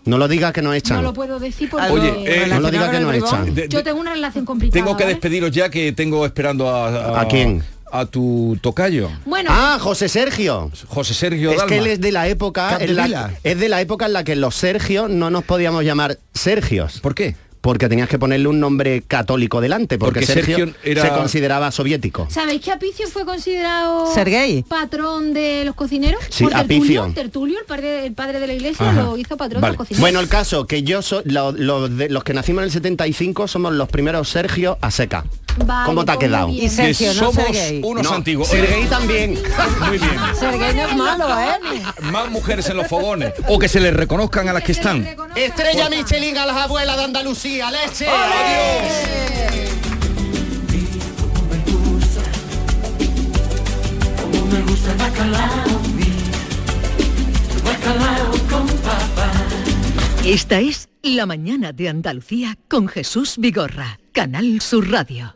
No lo digas que nos echan.
No lo puedo decir porque
Algo
Oye, eh,
No lo
relacionado
digas que
con el
nos
bribón.
echan.
De-
yo
de-
tengo una relación complicada.
Tengo que
¿eh?
despediros ya que tengo esperando a...
¿A quién?
A tu tocayo,
Bueno,
Ah, José Sergio.
José Sergio
Es que
Dalma.
él es de la época en la,
Capdevila.
es de la época en la que los Sergios no nos podíamos llamar Sergios.
¿Por qué?
Porque tenías que ponerle un nombre católico delante, porque,
Porque
Sergio,
Sergio era-
se consideraba soviético.
¿sabéis que Apicio fue considerado
Serguei.
patrón de los cocineros?
Sí,
Por
Apicio.
Tertulio, Tertulio, el padre, el padre de la iglesia,
Ajá.
lo hizo patrón
Vale.
de los cocineros.
Bueno, el caso que yo soy lo- lo de- los que nacimos en el 75 somos los primeros Sergio a seca.
Vale,
¿Cómo te ha
pues muy
quedado?
bien.
Y
Que
Sergio, no
somos
Sergei.
unos
No,
antiguos. Oye,
Sergei también.
Muy bien.
Sergei no es malo, ¿eh?
Más mujeres en los fogones. O que se les reconozcan a las que están.
Estrella Michelin a las abuelas de Andalucía, leche. Adiós.
Esta es La mañana de Andalucía con Jesús Vigorra, Canal Sur Radio.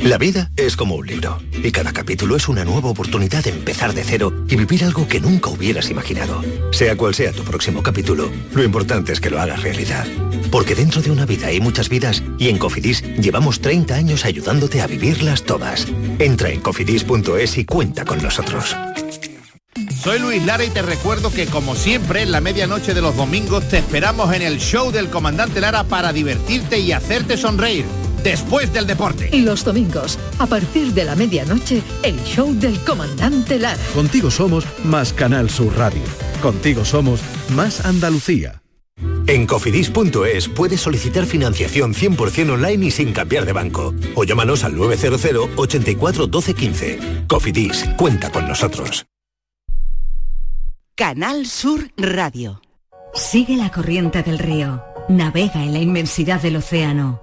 La vida es como un libro y cada capítulo es una nueva oportunidad de empezar de cero y vivir algo que nunca hubieras imaginado. Sea cual sea tu próximo capítulo, lo importante es que lo hagas realidad. Porque dentro de una vida hay muchas vidas y en Cofidis llevamos 30 años ayudándote a vivirlas todas. Entra en cofidis.es y cuenta con nosotros.
Soy Luis Lara y te recuerdo que como siempre en la medianoche de los domingos te esperamos en el show del comandante Lara para divertirte y hacerte sonreír después del deporte.
Los domingos, a partir de la medianoche, el show del comandante Lara.
Contigo somos más Canal Sur Radio. Contigo somos más Andalucía.
En cofidis.es puedes solicitar financiación 100% online y sin cambiar de banco. O llámanos al 900 84 12 15. Cofidis, cuenta con nosotros.
Canal Sur Radio. Sigue la corriente del río. Navega en la inmensidad del océano.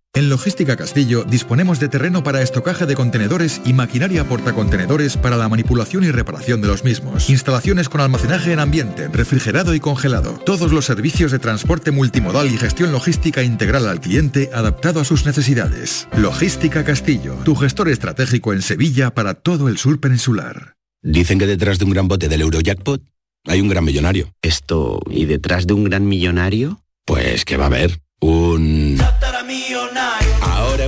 En Logística Castillo disponemos de terreno para estocaje de contenedores y maquinaria portacontenedores para la manipulación y reparación de los mismos. Instalaciones con almacenaje en ambiente, refrigerado y congelado. Todos los servicios de transporte multimodal y gestión logística integral al cliente adaptado a sus necesidades. Logística Castillo, tu gestor estratégico en Sevilla para todo el sur peninsular.
Dicen que detrás de un gran bote del Eurojackpot hay un gran millonario. Esto, ¿y detrás de un gran millonario? Pues que va a haber un...
Ahora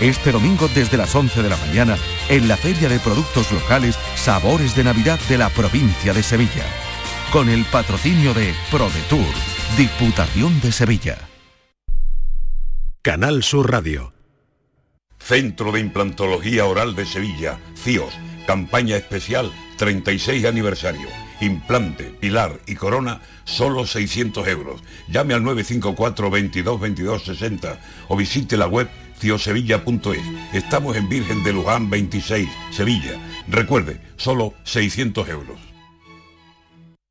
este domingo desde las 11 de la mañana en la Feria de Productos Locales Sabores de Navidad de la provincia de Sevilla, con el patrocinio de ProDetour, Diputación de Sevilla.
Canal Sur Radio.
Centro de Implantología Oral de Sevilla, CIOS, campaña especial 36 aniversario. implante, pilar y corona, solo 600 euros. Llame al 954 22 22 60 o visite la web e ciosevilla.es. Estamos en Virgen de Luján 26, Sevilla. Recuerde, solo 600 euros.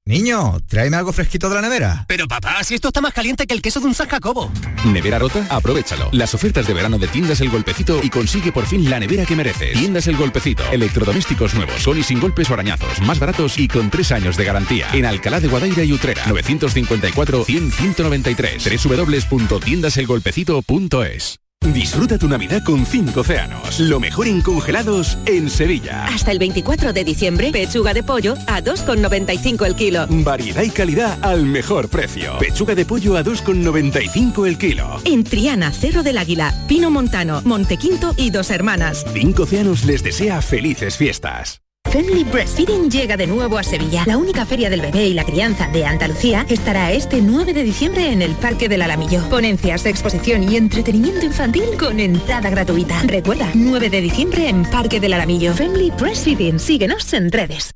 Niño, tráeme algo fresquito de la nevera.
Pero papá, si esto está más caliente que el queso de un San Jacobo.
¿Nevera rota? Aprovechalo. Las ofertas de verano de Tiendas El Golpecito y consigue por fin la nevera que mereces. Tiendas El Golpecito. Electrodomésticos nuevos, con y sin golpes o arañazos, más baratos y con tres años de garantía. En Alcalá de Guadaira y Utrera. 954-100-193. www.tiendaselgolpecito.es
Disfruta tu Navidad con 5 océanos. Lo mejor en congelados en Sevilla.
Hasta el 24 de diciembre, pechuga de pollo a 2,95 el kilo.
Variedad y calidad al mejor precio. Pechuga de pollo a 2,95 el kilo.
En Triana, Cerro del Águila, Pino Montano, Montequinto y Dos Hermanas.
5 océanos les desea felices fiestas.
Family Breastfeeding llega de nuevo a Sevilla. La única feria del bebé y la crianza de Andalucía estará este 9 de diciembre en el Parque del Alamillo. Ponencias, exposición y entretenimiento infantil con entrada gratuita. Recuerda, 9 de diciembre en Parque del Alamillo. Family Breastfeeding, síguenos en redes.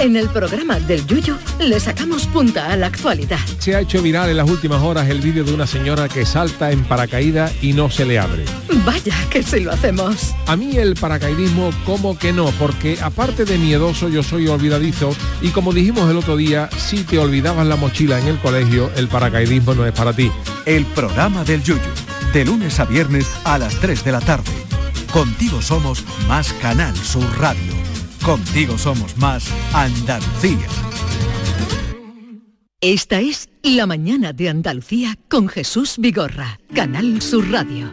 En el programa del Yuyo le sacamos punta a la actualidad.
Se ha hecho viral en las últimas horas el vídeo de una señora que salta en paracaídas y no se le abre.
Vaya que si lo hacemos.
A mí el paracaidismo, como que no, porque aparte de miedoso yo soy olvidadizo y como dijimos el otro día, si te olvidabas la mochila en el colegio, el paracaidismo no es para ti.
El programa del Yuyu, de lunes a viernes a las 3 de la tarde. Contigo somos más Canal Sur Radio. Contigo somos más Andalucía.
Esta es La Mañana de Andalucía con Jesús Vigorra, Canal Sur Radio.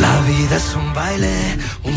La vida es un baile, un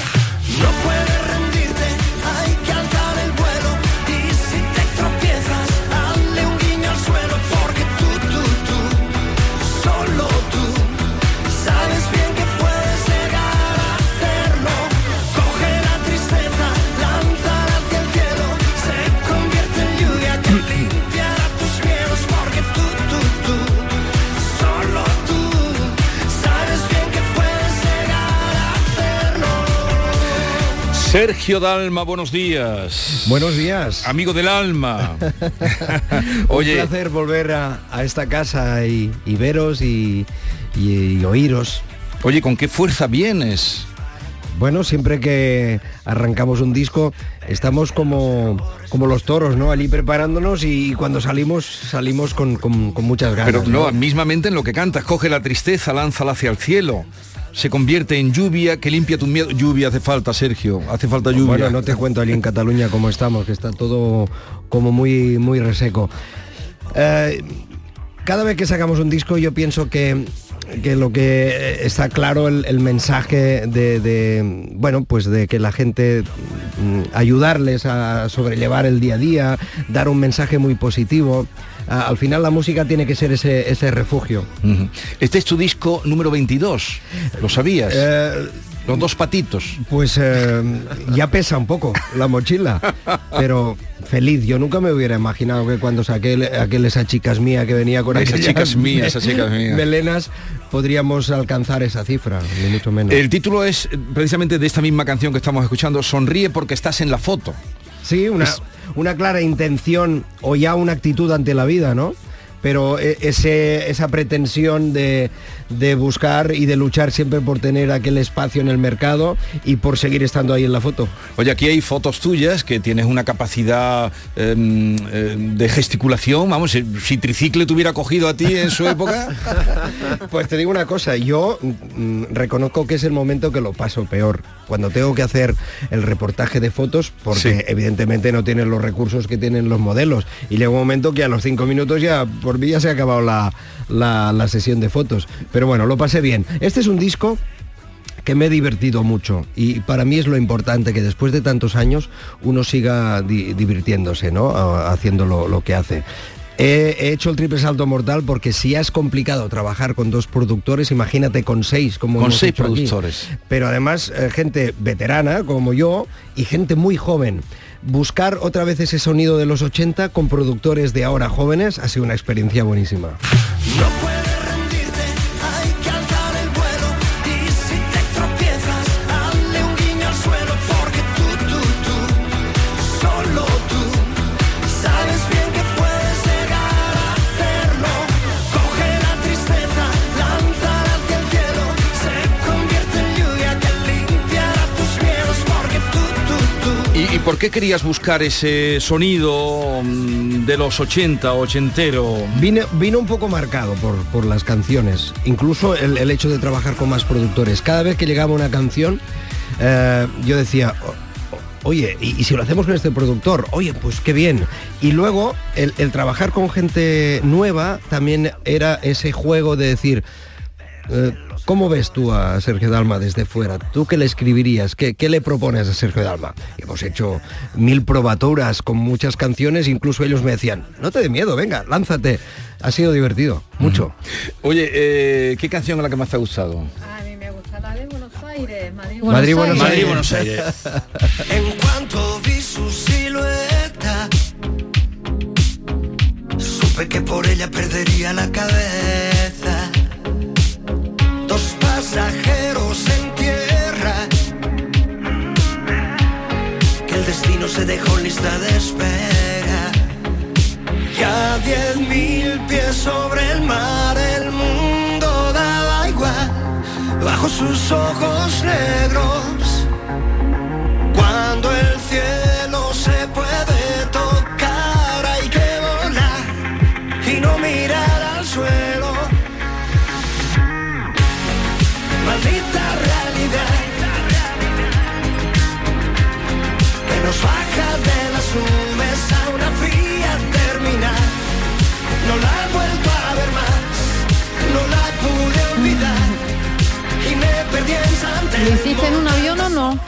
No puedes rendirte, hay que alzar el vuelo. Y si te tropiezas, dale un guiño al suelo. Porque tú, tú, tú, solo tú, sabes bien que puedes llegar a hacerlo. Coge la tristeza, lánzala hacia el cielo. Se convierte en lluvia que limpiará tus miedos. Porque tú, tú, tú, solo tú, sabes bien que puedes llegar a hacerlo.
Sergio Dalma, buenos días. Buenos días. Amigo del [laughs] alma. [laughs] Oye.
Un placer volver a, a esta casa y, y veros y, y- y oíros.
Oye, ¿con qué fuerza vienes?
Bueno, siempre que arrancamos un disco estamos como, como los toros, ¿no? Allí preparándonos y cuando salimos salimos con, con- con muchas ganas.
Pero no, mismamente en lo que cantas, coge la tristeza, lánzala hacia el cielo. Se convierte en lluvia que limpia tu miedo. Lluvia hace falta, Sergio. Hace falta lluvia.
Bueno, no te cuento allí en Cataluña cómo estamos, que está todo como muy, muy reseco. Eh, cada vez que sacamos un disco yo pienso que, que lo que eh, está claro el, el mensaje de, de, bueno pues de que la gente mm, ayudarles a sobrellevar el día a día dar un mensaje muy positivo Ah, al final la música tiene que ser ese, ese refugio
Este es tu disco número 22. ¿Lo sabías? Los dos patitos.
Pues eh, ya pesa un poco la mochila, pero feliz. Yo nunca me hubiera imaginado que cuando saqué el- aquel esa chicas mía que venía con
Esas
aquellas
chicas mía, esas chicas mía.
melenas podríamos alcanzar esa cifra, ni mucho menos.
El título es eh, precisamente de esta misma canción que estamos escuchando, Sonríe porque estás en la foto.
Sí, una, una clara intención o ya una actitud ante la vida, ¿no? Pero e- ese, esa pretensión de, de buscar y de luchar siempre por tener aquel espacio en el mercado y por seguir estando ahí en la foto.
Oye, aquí hay fotos tuyas que tienes una capacidad eh, eh, de gesticulación. Vamos, si, si tricicle te hubiera cogido a ti en su época.
Pues te digo una cosa, yo mm, reconozco que es el momento que lo paso peor. Cuando tengo que hacer el reportaje de fotos, porque evidentemente no tienen los recursos que tienen los modelos. Y llega un momento que a los cinco minutos ya, por por mí ya se ha acabado la, la- la sesión de fotos. Pero bueno, lo pasé bien. Este es un disco que me he divertido mucho y para mí es lo importante que después de tantos años uno siga di- divirtiéndose, ¿no? A- Haciendo lo, lo que hace. He, he hecho el triple salto mortal porque si ya es complicado trabajar con dos productores, imagínate con seis, como
Con
hemos
seis
hecho aquí.
productores.
Pero además eh, gente veterana como yo y gente muy joven. Buscar otra vez ese sonido de los 80 con productores de ahora jóvenes ha sido una experiencia buenísima.
Hay que alzar el vuelo y si te tropiezas, dale un guiño al suelo porque tú, tú, tú, solo tú, sabes bien que puedes llegar a hacerlo. Coge la tristeza, lánzala hacia el cielo, se convierte en lluvia que limpiará tus miedos porque tú, tú, tú.
[laughs] ¿Y, y por qué querías buscar ese sonido mm, de los 80, ochentero?
Vine- vino un poco marcado por, por las canciones, incluso el, el hecho de trabajar con más productores. Cada vez que llegaba una canción, eh, yo decía, "O- oye, y, y si lo hacemos con este productor? Oye, pues qué bien. Y luego el, el trabajar con gente nueva también era ese juego de decir, eh, ¿Cómo ves tú a Sergio Dalma desde fuera? ¿Tú qué le escribirías? ¿Qué, qué le propones a Sergio Dalma? Hemos hecho mil probaturas con muchas canciones, incluso ellos me decían, no te dé miedo, venga, lánzate. Ha sido divertido, mucho.
Oye, eh, ¿qué canción es la que más te ha gustado?
Madrid, Buenos
Madrid,
Aires.
Buenos Aires.
En cuanto vi su silueta, supe que por ella perdería la cabeza. Dos pasajeros en tierra, que el destino se dejó en lista de espera. Ya diez mil pies sobre el mar, el mundo daba igual bajo sus ojos negros. Cuando el cielo se puede tocar hay que volar y no mirar al suelo. Maldita realidad que nos baja de las nubes a una fría terminal. No la he vuelto a ver más, no la pude olvidar y me perdí en San
¿Lo hiciste en un avión o no?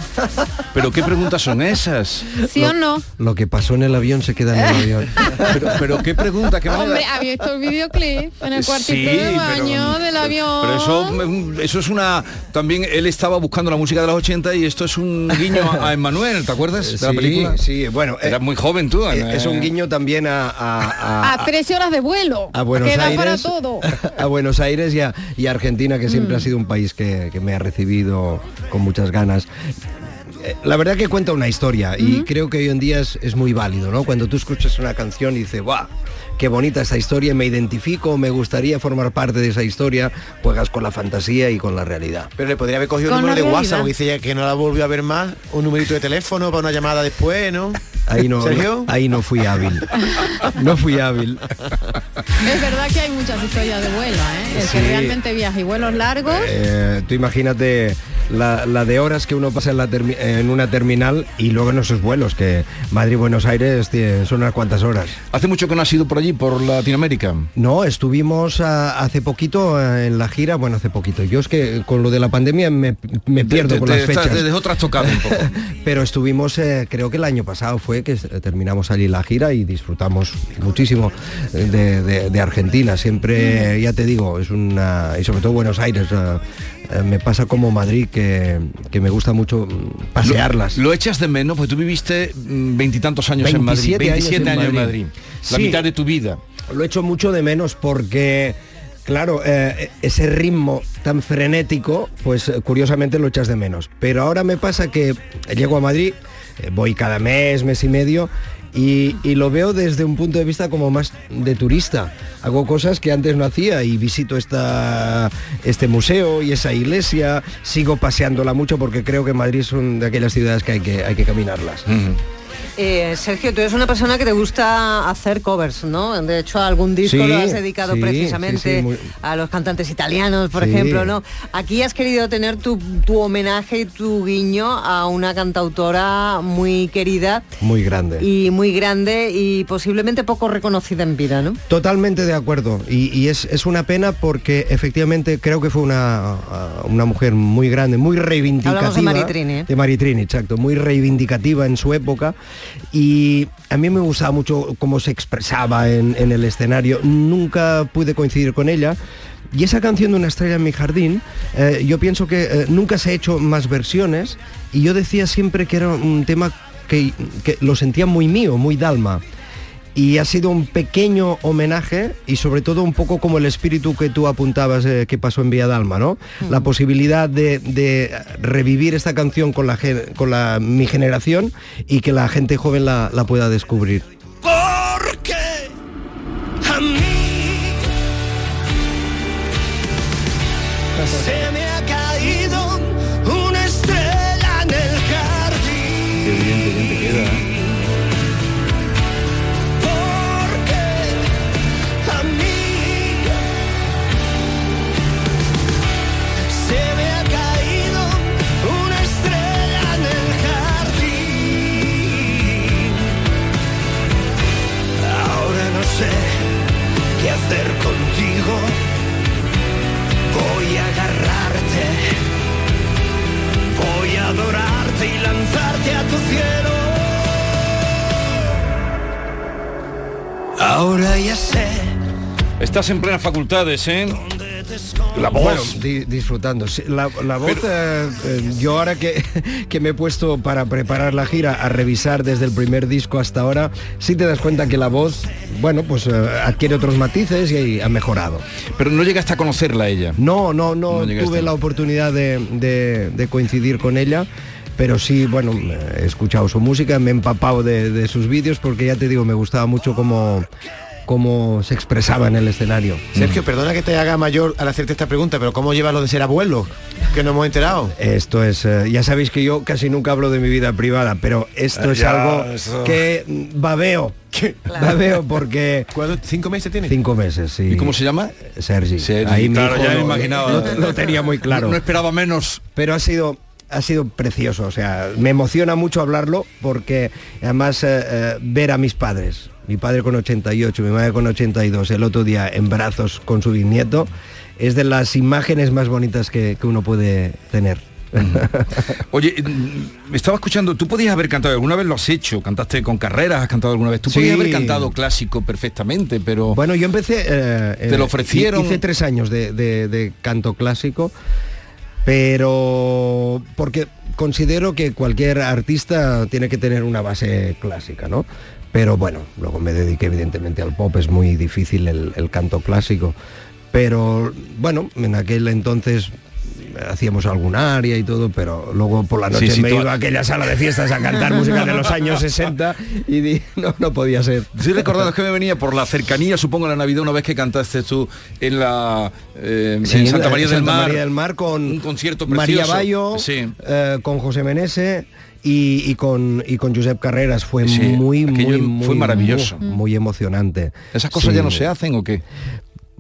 ¿Pero qué preguntas son esas?
¿Sí o no?
Lo que pasó en el avión se queda en el avión.
[laughs] pero, pero qué pregunta, qué manera-
Hombre, había visto el videoclip en el cuartito
Sí,
de
pero-
baño del avión.
Pero eso, mm, eso es una... También él estaba buscando la música de los 80 y esto es un guiño a a Emmanuel, ¿te acuerdas de la
Sí,
película?
sí, bueno...
Eras muy joven tú.
Eh, Es un
guiño.
guiño también a, a- a-
a 13 horas de vuelo.
a Buenos
Queda para
Aires.
todo.
a Buenos Aires y a, y a Argentina, que siempre ha sido un país que, que me ha recibido con muchas ganas. Eh, La verdad que cuenta una historia y creo que hoy en día es, es muy válido, ¿no? Cuando tú escuchas una canción y dices, ¡guau! Qué bonita esta historia, me identifico, me gustaría formar parte de esa historia, juegas con la fantasía y con la realidad.
Pero le podría haber cogido
Con
el número
la
de WhatsApp,
realidad.
porque dice ya que no la volvió a ver más, un numerito de teléfono para una llamada después, ¿no?
Ahí no,
Sergio.
ahí no fui hábil. No fui hábil.
Es verdad que hay muchas historias de vuelo, ¿eh? El que
Sí.
realmente viaja y vuelos largos.
Eh, tú imagínate la, la de horas que uno pasa en, la termi- en una terminal y luego en esos vuelos, que Madrid-Buenos Aires tiene- son unas cuantas horas.
¿Hace mucho que no has ido por allí, por Latinoamérica?
No, estuvimos a- hace poquito eh, en la gira, bueno, hace poquito. Yo es que con lo de la pandemia me, me pierdo
Te-
con
te-
las
te-
fechas.
Te dejó trastocado un [laughs] poco.
Pero estuvimos, eh, creo que el año pasado fue que eh, terminamos allí la gira y disfrutamos muchísimo eh, de, de- de Argentina. Siempre, eh, ya te digo, es una... Y sobre todo Buenos Aires. eh, eh, me pasa como Madrid, que, que me gusta mucho mm, pasearlas.
Lo echas de menos, pues tú viviste mm, veintitantos años en Madrid.
27 años
27
en
años en Madrid.
Madrid.
La
Sí.
mitad de tu vida.
Lo echo mucho de menos porque, claro, eh, ese ritmo tan frenético, pues eh, curiosamente lo echas de menos. Pero ahora me pasa que llego a Madrid, eh, voy cada mes, mes y medio, y, y lo veo desde un punto de vista como más de turista. Hago cosas que antes no hacía y visito esta, este museo y esa iglesia, sigo paseándola mucho porque creo que Madrid es una de aquellas ciudades que hay que, hay que caminarlas.
Eh, Sergio, tú eres una persona que te gusta hacer covers, ¿no? De hecho, algún disco
Sí,
lo has dedicado
sí,
precisamente
sí, sí, muy-
a los cantantes italianos, por
Sí.
ejemplo, ¿no? Aquí has querido tener tu, tu homenaje y tu guiño a una cantautora muy querida
Muy grande.
y muy grande y posiblemente poco reconocida en vida, ¿no?
Totalmente de acuerdo. Y, y es, es una pena porque efectivamente creo que fue una, uh, una mujer muy grande, muy reivindicativa.
Hablamos de Maritrini, ¿eh?
De Maritrini, exacto. Muy reivindicativa en su época. Y a mí me gustaba mucho cómo se expresaba en, en el escenario. Nunca pude coincidir con ella. Y esa canción de una estrella en mi jardín, eh, yo pienso que eh, nunca se ha hecho más versiones y yo decía siempre que era un tema que, que lo sentía muy mío, muy Dalma y ha sido un pequeño homenaje y sobre todo un poco como el espíritu que tú apuntabas eh, que pasó en Villa Dalma, ¿no? La posibilidad de, de revivir esta canción con, la, gen- con la, mi generación y que la gente joven la, la pueda descubrir.
Porque a mí se me ha caído una estrella en el jardín.
Qué bien, qué bien te queda, ¿eh?
A mí se me ha caído una estrella en el jardín. Ahora no sé qué hacer contigo. Voy a agarrarte, voy a adorarte y lanzarte a tu cielo. Ahora ya sé.
Estás en plenas facultades, ¿eh? La voz.
Bueno, di- disfrutando. Sí, La, la voz, eh, eh, yo ahora que, [laughs] que me he puesto para preparar la gira a revisar desde el primer disco hasta ahora, sí te das cuenta que la voz, bueno, pues eh, adquiere otros matices y ha mejorado.
Pero no llegaste a conocerla ella.
No, no, no,
llegaste.
tuve la oportunidad de, de- de coincidir con ella. Pero sí, bueno, eh, he escuchado su música, me he empapado de, de sus vídeos porque ya te digo, me gustaba mucho cómo, cómo se expresaba en el escenario.
Sergio, perdona que te haga mayor al hacerte esta pregunta, pero ¿cómo llevas lo de ser abuelo? Que no hemos enterado.
Esto es, eh, ya sabéis que yo casi nunca hablo de mi vida privada, pero esto es
Ya,
algo
eso.
que mm, babeo. Babeo porque...
¿Cinco meses tiene?
Cinco meses, sí. ¿Y cómo
se llama?
Sergi.
Ahí
mi
claro,
hijo
ya me
lo-
imaginaba.
Lo, lo tenía muy claro.
No esperaba menos.
Pero ha sido... Ha sido precioso, o sea, me emociona mucho hablarlo porque además eh, eh, ver a mis padres, mi padre con 88, mi madre con 82, el otro día en brazos con su bisnieto, es de las imágenes más bonitas que, que uno puede tener.
Oye, mm, me estaba escuchando, tú podías haber cantado, alguna vez lo has hecho, cantaste con carreras, has cantado alguna vez, tú
Sí.
podías haber cantado clásico perfectamente, pero...
Bueno, yo empecé... eh,
Te lo ofrecieron.
Hice tres años de, de- de canto clásico, pero porque considero que cualquier artista tiene que tener una base clásica, ¿no? Pero bueno, luego me dediqué evidentemente al pop, es muy difícil el, el canto clásico. Pero bueno, en aquel entonces hacíamos algún área y todo, pero luego por la
Sí,
noche
sí,
me
tú-
iba a aquella sala de fiestas a cantar música de los años 60 y di, no, no podía ser.
Sí, recordado que me venía por la cercanía, supongo, a la Navidad, una vez que cantaste tú en la eh,
Sí,
en Santa María del
Santa
Mar.
María del Mar con
un concierto
María
precioso.
Bayo,
Sí.
eh, con José Menese y, y con y con Josep Carreras fue
Sí,
muy
aquello
muy
fue
muy-
maravilloso.
muy, muy emocionante.
Esas cosas ya no se hacen o qué?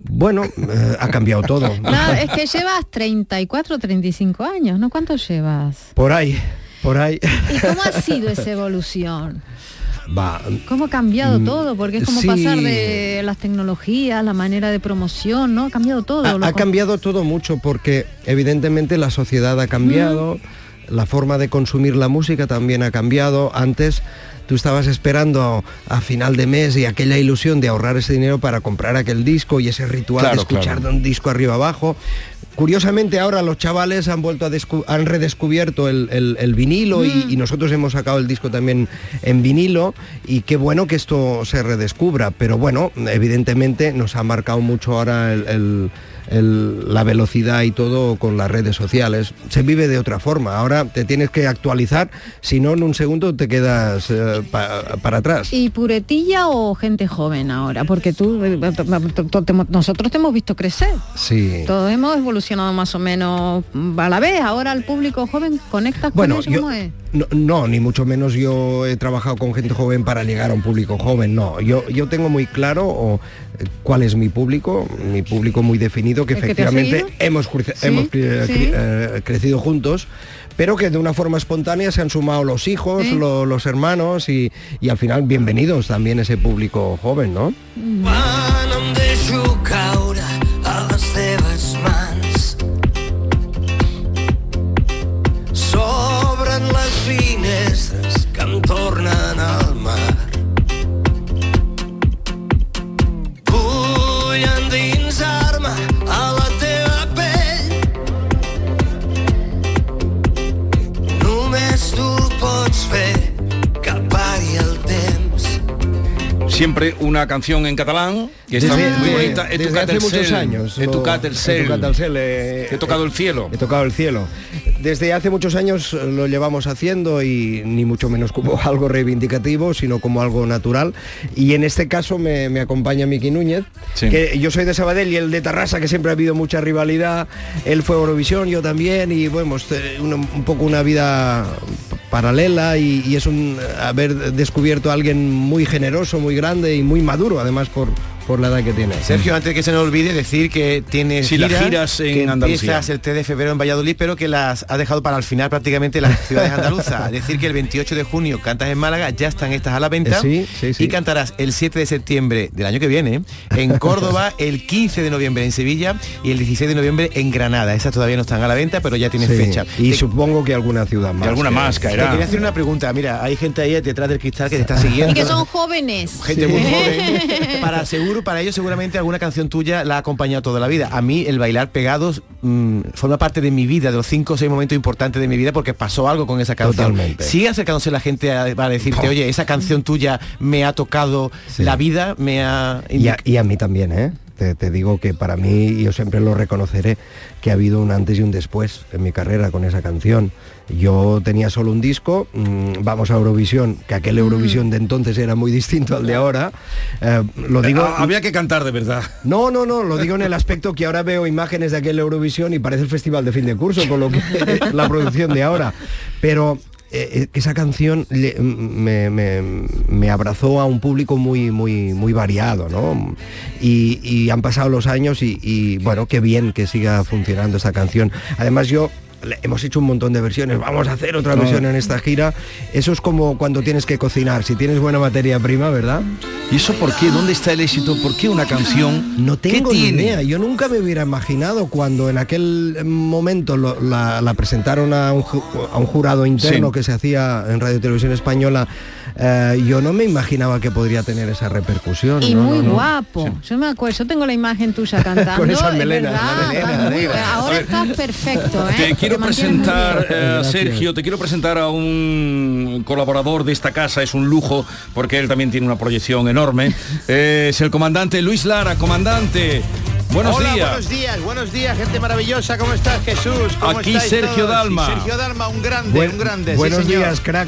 Bueno, eh, ha cambiado todo.
[laughs] Claro, es que llevas 34, 35 años, ¿no? ¿Cuánto llevas?
Por ahí, por ahí.
¿Y cómo ha sido esa evolución?
[laughs] Va.
¿Cómo ha cambiado
Mm,
todo? Porque es como
sí.
pasar de las tecnologías, la manera de promoción, ¿no? Ha cambiado todo.
Ha,
lo
ha
con-
cambiado todo mucho porque evidentemente la sociedad ha cambiado,
Mm.
la forma de consumir la música también ha cambiado. Antes tú estabas esperando a final de mes y aquella ilusión de ahorrar ese dinero para comprar aquel disco y ese ritual
Claro,
de escuchar
claro.
de un disco arriba abajo. Curiosamente ahora los chavales han vuelto a descu- han redescubierto el, el- el vinilo y, y nosotros hemos sacado el disco también en vinilo y qué bueno que esto se redescubra, pero bueno, evidentemente nos ha marcado mucho ahora el- el- el- la velocidad y todo con las redes sociales. Se vive de otra forma, ahora te tienes que actualizar, si no en un segundo te quedas eh, pa- para atrás.
¿Y puretilla o gente joven ahora? Porque tú, eh, t- t- t- te- nosotros te hemos visto crecer.
Sí.
Todos hemos evolucionado más o menos mm, a la vez. Ahora el público joven conectas
Bueno,
con ellos,
yo-
¿cómo es?
No, no, ni mucho menos yo he trabajado con gente joven para llegar a un público joven, no. Yo, yo tengo muy claro o, eh, cuál es mi público, mi público muy definido, que
¿El que te ha
efectivamente
seguido?
hemos, cruce-
Sí,
hemos cre-
sí.
cre- eh, crecido juntos, pero que de una forma espontánea se han sumado los hijos,
Sí.
lo- los hermanos y, y al final bienvenidos también ese público joven, ¿no?
Mannen de jugaura a les teves mans. S'obren les finestres que em tornen al mar. Vull endinsar-me a la teva pell. Només tu pots fer que pari el temps.
Siempre una canción en catalán que está
Desde-
muy
de-
bonita. He
desde
tocat
hace
el
muchos
cel,
años,
He
lo-
tocat el
he
cel.
tocat el cel, eh,
He tocado el cielo.
He tocado el cielo. Desde hace muchos años eh, lo llevamos haciendo y ni mucho menos como [laughs] algo reivindicativo, sino como algo natural. Y en este caso me, me acompaña Miki Núñez,
Sí.
que yo soy de Sabadell y el de Tarrasa, que siempre ha habido mucha rivalidad. Él fue a Eurovisión, yo también, y bueno, hemos tenido una- un poco una vida paralela y, y es un eh, haber descubierto a alguien muy generoso, muy grande y muy maduro, además por, por la edad que tiene.
Sergio, antes que se nos olvide decir que tiene
Mm. Sí, las giras en
que
Andalucía.
empiezas el 3 de febrero en Valladolid, pero que las ha dejado para el final
[laughs]
prácticamente las ciudades andaluzas. Es decir, que el 28 de junio cantas en Málaga, ya están estas a la venta.
Eh, sí, sí, sí.
Y cantarás el 7 de septiembre del año que viene
[laughs]
en Córdoba, el 15 de noviembre en Sevilla y el 16 de noviembre en Granada. Esas todavía no están a la venta, pero ya tienen
Sí,
fecha.
Y
Te-
supongo que alguna ciudad más.
Te-
que-
Te quería hacer una pregunta. Mira, hay gente ahí detrás del cristal que te está siguiendo.
Y que son jóvenes.
Gente
[laughs]
muy joven. Para seguro, para ellos seguramente alguna canción tuya la ha acompañado toda la vida. A mí el bailar pegados mm, forma parte de mi vida, de los cinco o seis momentos importantes de mi vida porque pasó algo con esa canción.
Totalmente.
Sigue acercándose la gente a, para decirte, oye, esa canción tuya me ha tocado la vida, me ha...
Y a, y a mí también, ¿eh? Te, te digo que para mí, yo siempre lo reconoceré, que ha habido un antes y un después en mi carrera con esa canción. Yo tenía solo un disco, mm, vamos a Eurovisión, que aquel Eurovisión de entonces era muy distinto al de ahora. Eh, lo digo...
Ah, Había que cantar de verdad.
No, no, no, lo digo en el aspecto que ahora veo imágenes de aquel Eurovisión y parece el festival de fin de curso con lo que [laughs] la producción de ahora. Pero eh, eh, esa canción le- mm, me, me- me abrazó a un público muy, muy, muy variado, ¿no? Y, y han pasado los años y, y, bueno, qué bien que siga funcionando esta canción. Además yo. le- Hemos hecho un montón de versiones, vamos a hacer otra
No.
versión en esta gira. Eso es como cuando tienes que cocinar, si tienes buena materia prima, ¿verdad?
¿Y eso por qué? ¿Dónde está el éxito? ¿Por qué una canción?
No tengo
¿Qué
ni
tiene?
idea. Yo nunca me hubiera imaginado cuando en aquel momento lo- la, la presentaron a un, ju- a un jurado interno
Sí.
que se hacía en Radio Televisión Española. eh, yo no me imaginaba que podría tener esa repercusión.
Y
no,
muy
no, no.
guapo. Yo me acuerdo, yo tengo la imagen tuya cantando.
Con esas
es
melenas,
verdad,
la melena
muy-
negra.
A
Ahora
ver.
estás
[laughs]
perfecto, ¿eh?
Te quiero
mantienes muy
presentar,
bien.
eh, Sergio, te quiero presentar a un colaborador de esta casa, es un lujo, porque él también tiene una proyección
[laughs]
enorme. Eh, es el comandante Luis Lara, comandante. Buenos
Hola,
días.
buenos días, buenos días, gente maravillosa. ¿Cómo estás, Jesús? ¿Cómo
Aquí
estáis
Sergio
todos?
Dalma.
Sergio Dalma, un grande,
Buen-
un grande. sí,
buenos
señor.
días, crack.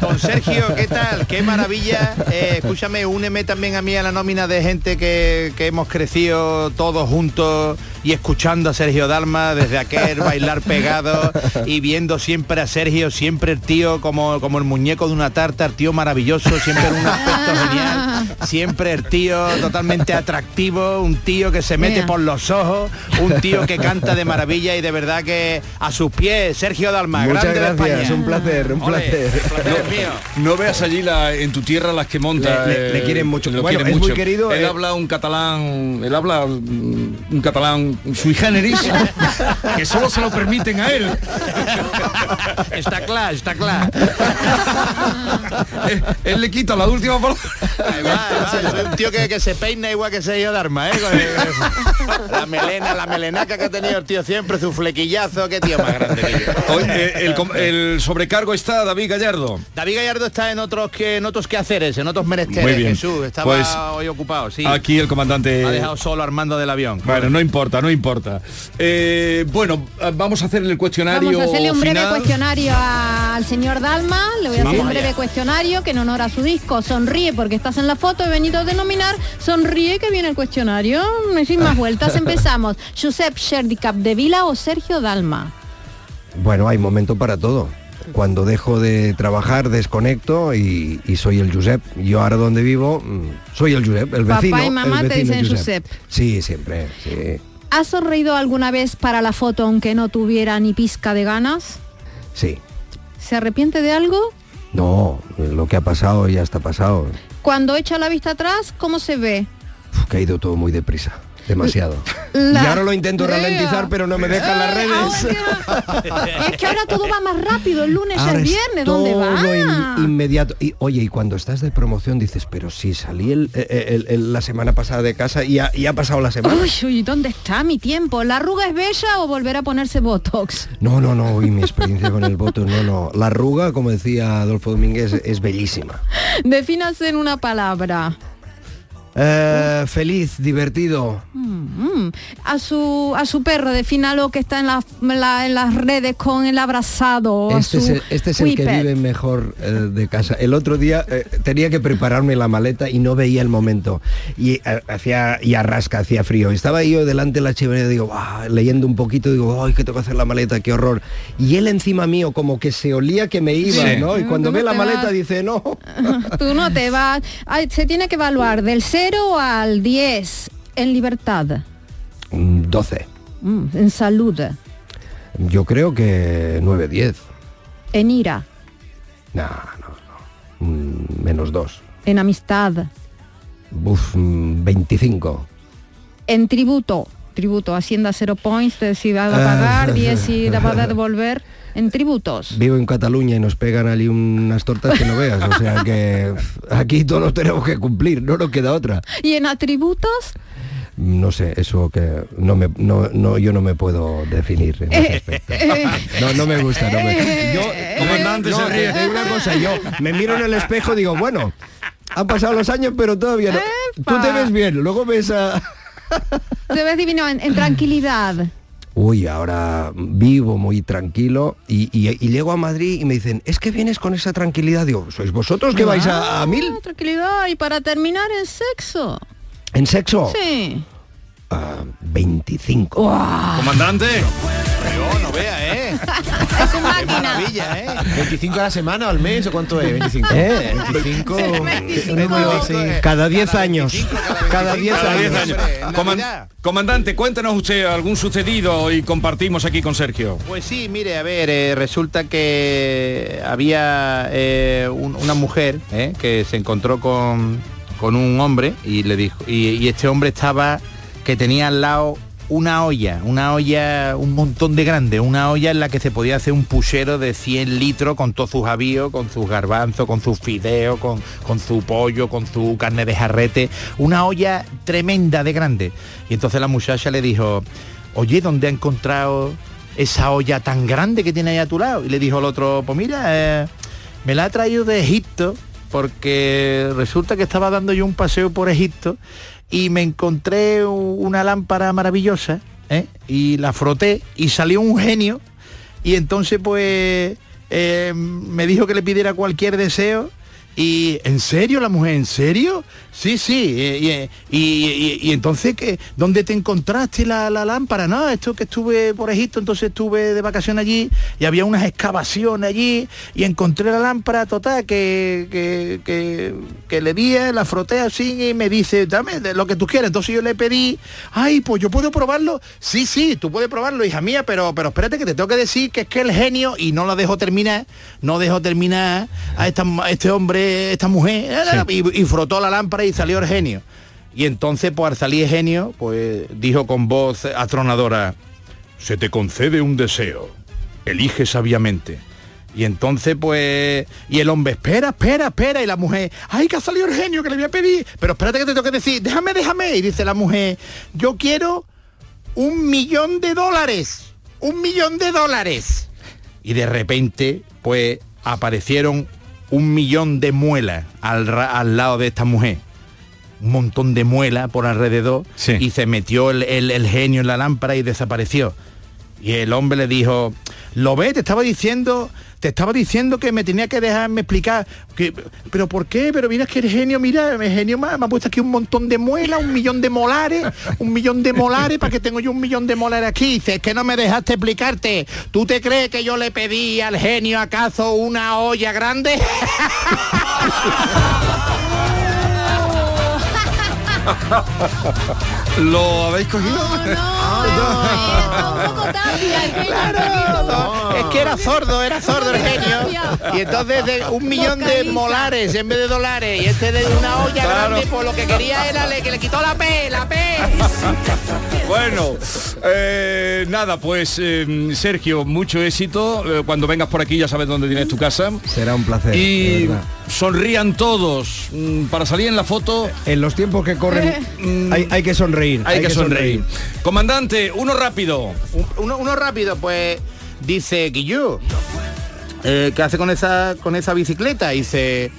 Don
[laughs]
Sergio, ¿qué tal? Qué maravilla. Eh, escúchame, úneme también a mí a la nómina de gente que, que hemos crecido todos juntos y escuchando a Sergio Dalma desde aquel bailar pegado y viendo siempre a Sergio, siempre el tío como, como el muñeco de una tarta, el tío maravilloso, siempre en un aspecto genial, siempre el tío totalmente atractivo, un tío que se mete
Mira.
por los ojos, un tío que canta de maravilla y de verdad que a sus pies, Sergio Dalma,
Muchas
grande de
gracias,
España.
un placer, un
Ole,
placer.
No veas allí la- en tu tierra las que monta.
Le- le- le
eh,
quieren mucho.
lo
Bueno,
quieren
es muy
mucho.
querido,
Él
eh.
habla un catalán, él habla mm, un catalán sui generis, que solo se lo permiten a él.
Está claro, está claro.
él, Eh, él le quita la última palabra.
soy un tío que, que se peina igual que Sergio Dalma, ¿eh? Con- La melena, la melenaca que ha tenido el tío siempre, su flequillazo, qué tío más grande que yo.
Hoy, eh, el, [laughs] com- el sobrecargo está David Gallardo.
David Gallardo está en otros que en otros quehaceres, en otros menesteres,
Muy bien.
Jesús. Estaba
Pues,
hoy ocupado, sí.
Aquí el comandante.
Me ha dejado solo Armando del avión.
Bueno, no importa, no importa. Eh, bueno, eh, vamos a hacer el cuestionario.
Vamos a hacerle un breve
final.
cuestionario al señor Dalma. Le voy a
Sí,
hacer un
vamos
breve
allá.
cuestionario que en honor a su disco Sonríe porque estás en la foto, he venido a denominar Sonríe que viene el cuestionario. No Sin más vueltas, empezamos. Josep Sherdicap de Vila o Sergio Dalma.
Bueno, hay momento para todo. cuando dejo de trabajar desconecto y, y soy el Josep. Yo ahora donde vivo mm, soy el Josep, el
Papá
vecino.
y mamá
el
te
vecino
dicen Josep.
Sí, siempre. sí.
¿Has sonreído alguna vez para la foto aunque no tuviera ni pizca de ganas?
Sí.
¿Se arrepiente de algo?
No, eh, lo que ha pasado ya está pasado.
Cuando echa la vista atrás, ¿cómo se ve?
Uf, que ha ido todo muy deprisa. Demasiado.
[laughs] La- Ah,
Y ahora lo intento ralentizar, pero no me dejan las redes.
Es que ahora todo va más rápido, el lunes,
Ahora
el
es
viernes, ¿dónde
todo
va?
in- inmediato. Y, oye, y cuando estás de promoción dices, pero si salí el- eh, el- el- la semana pasada de casa y ha, y ha pasado la semana.
Uy, uy, ¿dónde está mi tiempo? ¿La arruga es bella o volver a ponerse Botox? [laughs]
No, no, no, y mi experiencia con el voto, no, no. La arruga, como decía Adolfo Domínguez, es bellísima.
Defínase en una palabra.
Eh, feliz, divertido.
Mm, mm. A su a su perro, defina lo que está en, la- en la- en las redes con el abrazado. a
Este es,
su
el, este es el que
whippet.
vive mejor eh, de casa. El otro día eh, tenía que prepararme la maleta y no veía el momento. Y eh, hacía y arrasca, hacía frío. Estaba yo delante de la chimenea, digo, "Buah", leyendo un poquito, digo, ay, que tengo que hacer la maleta, qué horror. Y él encima mío, como que se olía que me iba,
Sí.
¿no? Y
Ah,
cuando
¿cómo
ve la
te
maleta
vas?
dice, no.
[laughs] Tú no te vas. Ay, se tiene que evaluar del 0 al 10 en libertad,
Mm, 12.
mm, en salud,
Yo creo que 9, 10.
en ira,
Nah, no, no. Mm, menos 2.
en amistad,
Uf, mm, 25.
en tributo. Tributo, Hacienda 0 points, de si va a
Ah.
pagar,
[laughs]
10 si va a devolver, en tributos.
Vivo en Cataluña y nos pegan allí unas tortas que no veas. O sea que pf, aquí todos tenemos que cumplir, no nos queda otra.
Y en atributos,
No sé, eso que no me, no, no, yo no me puedo definir. en ese
eh,
aspecto.
eh,
No, no me gusta. No me, yo,
comandante,
no,
se ríe.
te digo una cosa, yo eh, me miro en el espejo y digo, bueno, han pasado los años, pero todavía no. Tú te ves bien, luego ves a...
te ves divino, en, en tranquilidad.
Uy, ahora vivo muy tranquilo y, y- y llego a Madrid y me dicen, es que vienes con esa tranquilidad. Digo, ¿sois vosotros que vais a, a mil?
Ah, Tranquilidad, y para terminar, en sexo.
¿En sexo?
Sí.
Ah, 25.
Comandante. Yo no vea, ¿eh?
Es una máquina.
maravilla, ¿eh?
25 a la semana o al mes o cuánto es 25
¿Eh?
25
Un número así. Cada 10 años. Cada 10
Cada diez
años.
años. Coman- comandante, cuéntanos usted algún sucedido y compartimos aquí con Sergio.
Pues sí, mire, a ver, eh, resulta que había eh, un- una mujer ¿eh? que se encontró con, con un hombre y le dijo, y, y este hombre estaba que tenía al lado una olla, una olla, un montón de grande, una olla en la que se podía hacer un puchero de 100 litros con todos sus avíos, con sus garbanzos, con sus fideos, con, con su pollo, con su carne de jarrete, una olla tremenda de grande. Y entonces la muchacha le dijo, oye, ¿dónde ha encontrado esa olla tan grande que tiene ahí a tu lado? Y le dijo el otro, pues mira, eh, me la ha traído de Egipto porque resulta que estaba dando yo un paseo por Egipto y me encontré u- una lámpara maravillosa ¿eh? y la froté y salió un genio y entonces pues eh, me dijo que le pidiera cualquier deseo y en serio la mujer, en serio, sí, sí. eh, Y, eh, y, y- y entonces que dónde te encontraste la, la lámpara, no, esto que estuve por Egipto, entonces estuve de vacaciones allí y había unas excavaciones allí y encontré la lámpara total que que, que- que le di, eh, la froté así y me dice dame de lo que tú quieras. Entonces yo le pedí, ay, pues yo puedo probarlo, sí, sí, tú puedes probarlo, hija mía, pero pero espérate que te tengo que decir que es que el genio y no la dejo terminar, no dejó terminar a, esta, a este hombre, esta mujer, eh, y, y frotó la lámpara y salió el genio. Y entonces, pues al salir el genio, pues dijo con voz atronadora, se te concede un deseo, elige sabiamente. Y entonces, pues, y el hombre, espera, espera, espera, y la mujer, ay, que ha salido el genio, que le voy a pedir, pero espérate que te tengo que decir, déjame, déjame, y dice la mujer, yo quiero un millón de dólares, un millón de dólares. Y de repente, pues, aparecieron un millón de muelas al, ra- al lado de esta mujer un montón de muela por alrededor y se metió el, el- el genio en la lámpara y desapareció. Y el hombre le dijo, lo ve, te estaba diciendo, te estaba diciendo que me tenía que dejarme explicar. Que, pero ¿por qué? Pero mira es que el genio, mira, el genio me, me ha puesto aquí un montón de muelas, un millón de molares, un millón de molares para que tengo yo un millón de molares aquí. Dice, es que no me dejaste explicarte. ¿Tú te crees que yo le pedí al genio acaso una olla grande? [laughs]
¿Lo habéis cogido?
Es que era sordo, era sordo el genio. Y entonces de un millón de molares en vez de dólares. Y este de una olla grande, por lo que quería era le- que le quitó la P, la P.
Bueno, eh, nada, pues eh, Sergio, mucho éxito. Eh, cuando vengas por aquí ya sabes dónde tienes tu casa.
Será un placer. de
Y
verdad.
sonrían todos. Mm, Para salir en la foto
En los tiempos que
[laughs]
corren hay, hay que sonreír.
hay, que, sonreír. Comandante, uno rápido.
Un- Uno, uno rápido, pues dice Guillú. eh, ¿Qué hace con esa con esa bicicleta? Dice.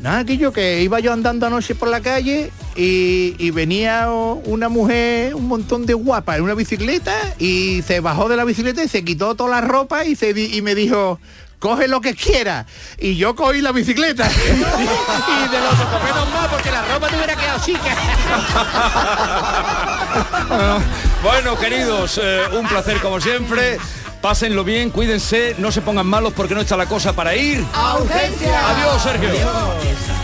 Nada, Guillo, que iba yo andando anoche por la calle y, y venía o- una mujer, un montón de guapa, en una bicicleta y se bajó de la bicicleta y se quitó toda la ropa y, se di- y me dijo, coge lo que quiera. Y yo cogí la bicicleta. y de los menos más porque la ropa te hubiera quedado chica.
[laughs] Bueno, queridos, eh, un placer como siempre. Pásenlo bien, cuídense, no se pongan malos porque no está la cosa para ir.
¡A
Adiós, Sergio.
Adiós.